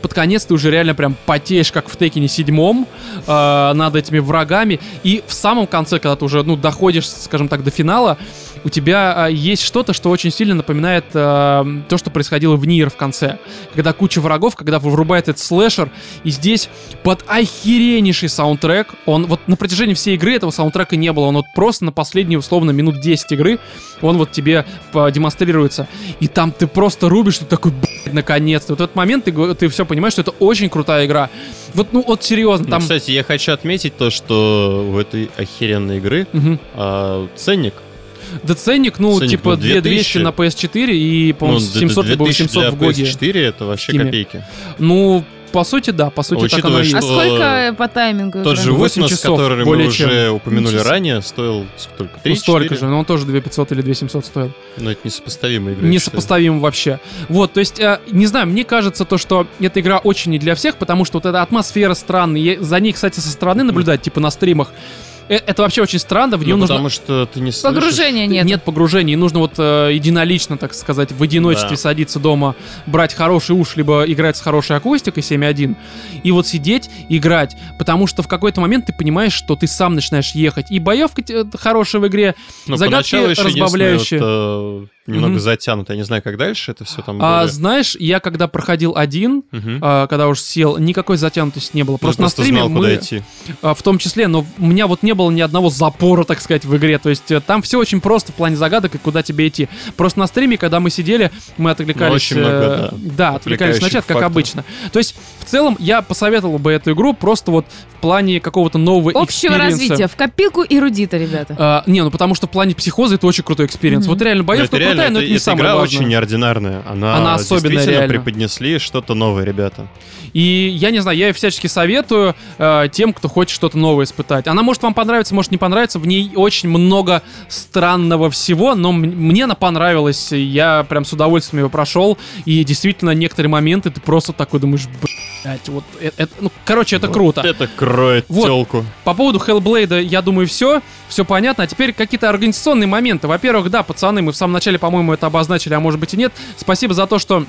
под конец ты уже реально прям потеешь, как в Текине седьмом, э, над этими врагами. И в самом конце, когда ты уже, ну, доходишь, скажем так, до финала, у тебя э, есть что-то, что очень сильно напоминает э, то, что происходило в Нир в конце. Когда куча врагов, когда врубает этот слэшер, и здесь под охереннейший саундтрек, он вот на протяжении всей игры этого саундтрека не было, он вот просто на последние, условно, минут 10 игры, он вот тебе э, демонстрируется. И там ты просто рубишь, ты такой, блядь, наконец-то. Вот этот момент, ты, го- ты все понимаешь, что это очень крутая игра. Вот, ну, вот серьезно,
Ну,
там...
кстати, я хочу отметить то, что у этой охеренной игры
Мгм.
а, ценник,
Да ценник, ну,
Ценник,
типа,
ну,
2200
2000.
на PS4 и,
ну,
по-моему, 700
д-
либо
2000 для
800 в годе.
PS4 это вообще
Steam.
копейки.
Ну, по сути, да, по сути, так
Учитывая,
оно и
что
А
есть.
что-
сколько по таймингу?
Тот
игра?
же
Восемь
Вотнос,
часов,
который мы
более
уже упомянули
Ничего себе.
ранее, стоил сколько?
Ну,
3
столько же, но он тоже 2500 или 2700 стоил.
Но Ну, это несопоставимые игры. я считаю.
Несопоставимо вообще. Вот, то есть, э, не знаю, мне кажется то, что эта игра очень не для всех, потому что вот эта атмосфера странная, я- за ней, кстати, со стороны наблюдать, типа на стримах, э, это вообще очень странно, в нее
Ну,
нужно...
потому что ты не слышишь.
Погружения
Нет.
нет.
погружений, нужно вот э, единолично, так сказать, в одиночестве
Да.
садиться дома, брать хороший уш, либо играть с хорошей акустикой 7.1, и вот сидеть, играть, потому что в какой-то момент ты понимаешь, что ты сам начинаешь ехать, и боевка те- хорошая в игре,
Ну,
загадки
поначалу еще единственное,
разбавляющие.
вот, э, немного
Мгм.
затянуто. Я не знаю, как дальше это все там
А
более-
знаешь, я когда проходил один,
Мгм.
а, когда уж сел, никакой затянутости не было.
Ну,
Просто, на стриме
знал,
мы,
куда идти.
а, в том числе, но у меня вот не было ни одного запора, так сказать, в игре. То есть э, там все очень просто в плане загадок и куда тебе идти. Просто на стриме, когда мы сидели, мы отвлекались.
Ну, очень много,
э,
да,
отвлекались на чат, как
отвлекающих факторов.
обычно. То есть в целом я посоветовал бы эту игру просто вот в плане какого-то нового
Общего
экспириенса.
развития. В копилку эрудита, ребята.
А, не, ну потому что в плане психоза это очень крутой экспириенс.
Мгм.
Вот реально
Ну,
боевка
это реально,
крутая, но
это-
это не
эта
самое
игра
важное.
очень неординарная. Она,
Она особенная,
действительно
реально.
преподнесли что-то новое, ребята.
И я не знаю, я ее всячески советую э, тем, кто хочет что-то новое испытать. Она может вам понравиться, может не понравиться. В ней очень много странного всего, но м- мне она понравилась. и Я прям с удовольствием ее прошел. И действительно, некоторые моменты ты просто такой думаешь, блять, вот э- это, ну, короче, это
Вот
круто.
Это кроет
Вот.
телку.
По поводу Хеллблейда, я думаю, все. Все понятно. А теперь какие-то организационные моменты. Во-первых, да, пацаны, мы в самом начале, по-моему, это обозначили, а может быть и нет. Спасибо за то, что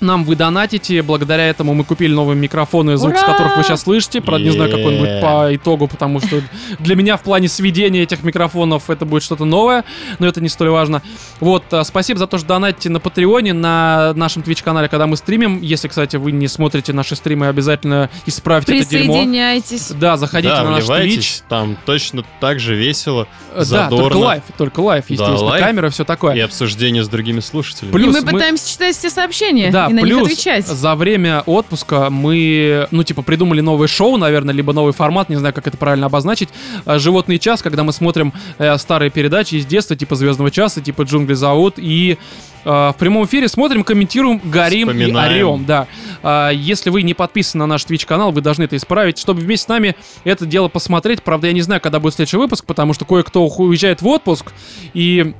Нам вы донатите, благодаря этому мы купили новые микрофоны, звук с
Ура!
которых вы сейчас слышите. Правда, не знаю, какой он будет
Е.
по итогу, потому что для меня в плане сведения этих микрофонов это будет что-то новое, но это не столь важно. Вот, а, спасибо за то, что донатите на Патреоне, на нашем Twitch-канале, когда мы стримим. Если, кстати, вы не смотрите наши стримы, обязательно исправьте это дерьмо.
Присоединяйтесь.
Да, заходите
да,
на наш Twitch.
вливайтесь, там точно так же весело,
Э, Да,
задорно.
только лайв, только лайв,
Да,
естественно,
лайв.
камера, все такое.
и обсуждение с другими слушателями.
Блин,
И
плюс
мы
мы-
пытаемся читать все сообщения
Да,
и на
плюс
них отвечать.
за время отпуска мы, ну, типа, придумали новое шоу, наверное, либо новый формат, не знаю, как это правильно обозначить. Э, «Животный час», когда мы смотрим э, старые передачи из детства, типа «Звездного часа», типа «Джунгли зовут», и э, в прямом эфире смотрим, комментируем, горим
Вспоминаем.
и орем, да. А, если вы не подписаны на наш Twitch-канал, вы должны это исправить, чтобы вместе с нами это дело посмотреть. Правда, я не знаю, когда будет следующий выпуск, потому что кое-кто ух- уезжает в отпуск, и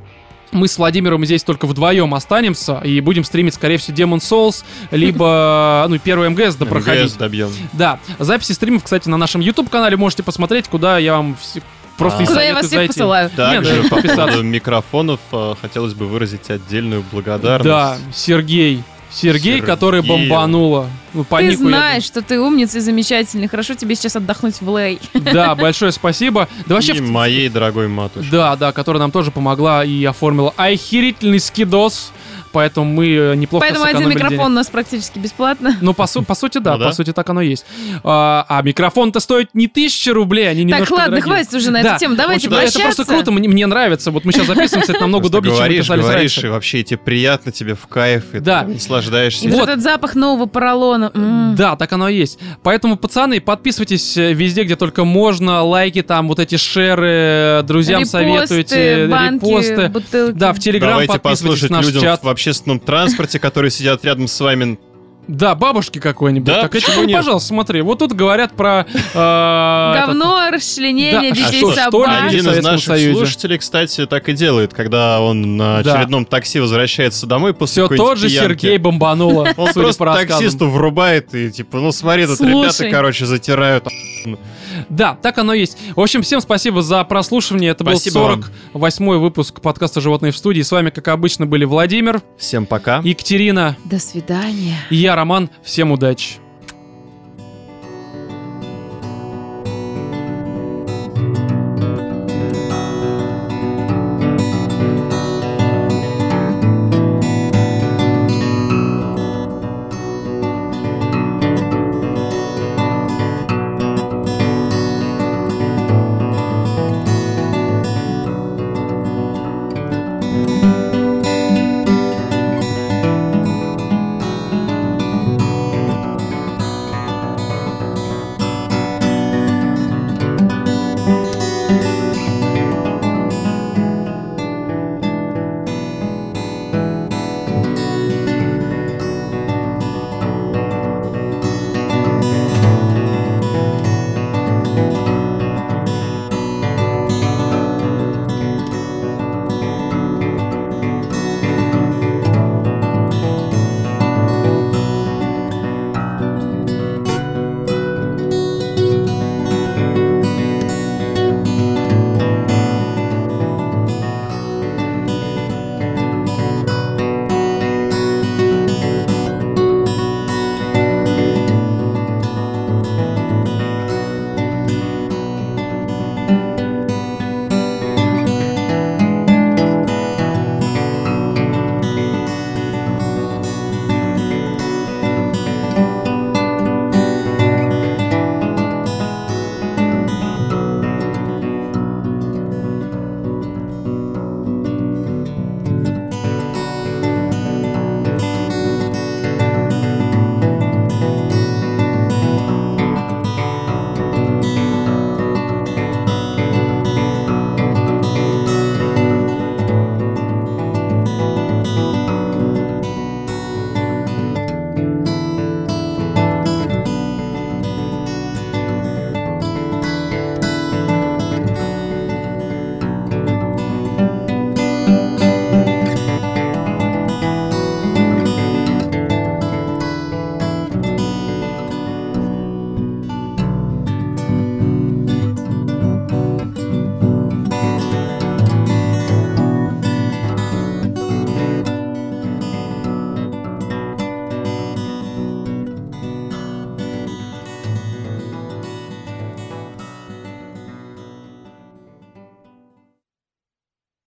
мы с Владимиром здесь только вдвоем останемся и будем стримить, скорее всего, Demon Souls, либо, ну, первый МГС да
МГС
проходить.
добьем.
Да, записи стримов, кстати, на нашем YouTube-канале можете посмотреть, куда я вам все- просто и
А.
Куда я
советую
вас всех
зайти.
посылаю.
Не,
Также
да,
по
подписаться.
поводу микрофонов э, хотелось бы выразить отдельную благодарность.
Да, Сергей. Сергей,
Сергей.
который бомбануло. Ну, по
Ты
нику я
знаешь, что ты умница и замечательный. Хорошо тебе сейчас отдохнуть в Лей.
думаю. Да, большое спасибо. Да вообще,
и
в-
моей дорогой матушке.
Да, да, которая нам тоже помогла и оформила охерительный скидос. Поэтому мы э, неплохо
Поэтому один
сэкономили
микрофон
денег.
у нас практически бесплатно.
Ну, по, су- по сути, да,
Ну да.
по сути, так оно и есть. А, а микрофон-то стоит не тысяча рублей, они
Так,
немножко
ладно,
дорогие.
хватит уже на
Да,
эту тему.
потому
Давайте
что Это
прощаться.
просто круто, мне, мне нравится. Вот мы сейчас записываемся, это намного
Просто
удобнее, чем мы
говоришь,
писались
говоришь,
раньше.
и вообще тебе приятно, тебе в кайф, и
Да.
ты
И
наслаждаешься.
Вот.
вот этот запах нового поролона. М.
Да, так оно и есть. Поэтому, пацаны, подписывайтесь э, везде, где только можно. Лайки там, вот эти шеры, э, друзьям
Репосты,
советуете,
банки,
репосты.
бутылки.
Да, в Телеграм
Давайте
подписывайтесь
послушать
наш
людям
чат.
в общественном транспорте, которые сидят рядом с вами.
Да, бабушки какой-нибудь.
Да,
так это,
почему
ну,
нет?
пожалуйста, смотри, вот тут говорят про... э,
Говно, расчленение
Да, а
детей,
что, что
собак.
ли?
Один из
Советском
наших
Союзе.
слушателей, кстати, так и делает, когда он на
Да.
очередном такси возвращается домой
Все
после какой-нибудь
тот же
пьянки.
Сергей бомбануло.
Он
судя
просто
по рассказам.
таксисту врубает и типа, ну смотри, тут ребята,
Слушай.
короче, затирают.
Да, так оно и есть. В общем, всем спасибо за прослушивание. Это
Спасибо
был
вам.
48-й выпуск подкаста «Животные в студии». С вами, как обычно, были Владимир,
Всем пока.
Екатерина
До свидания.
и я, Роман. Всем удачи.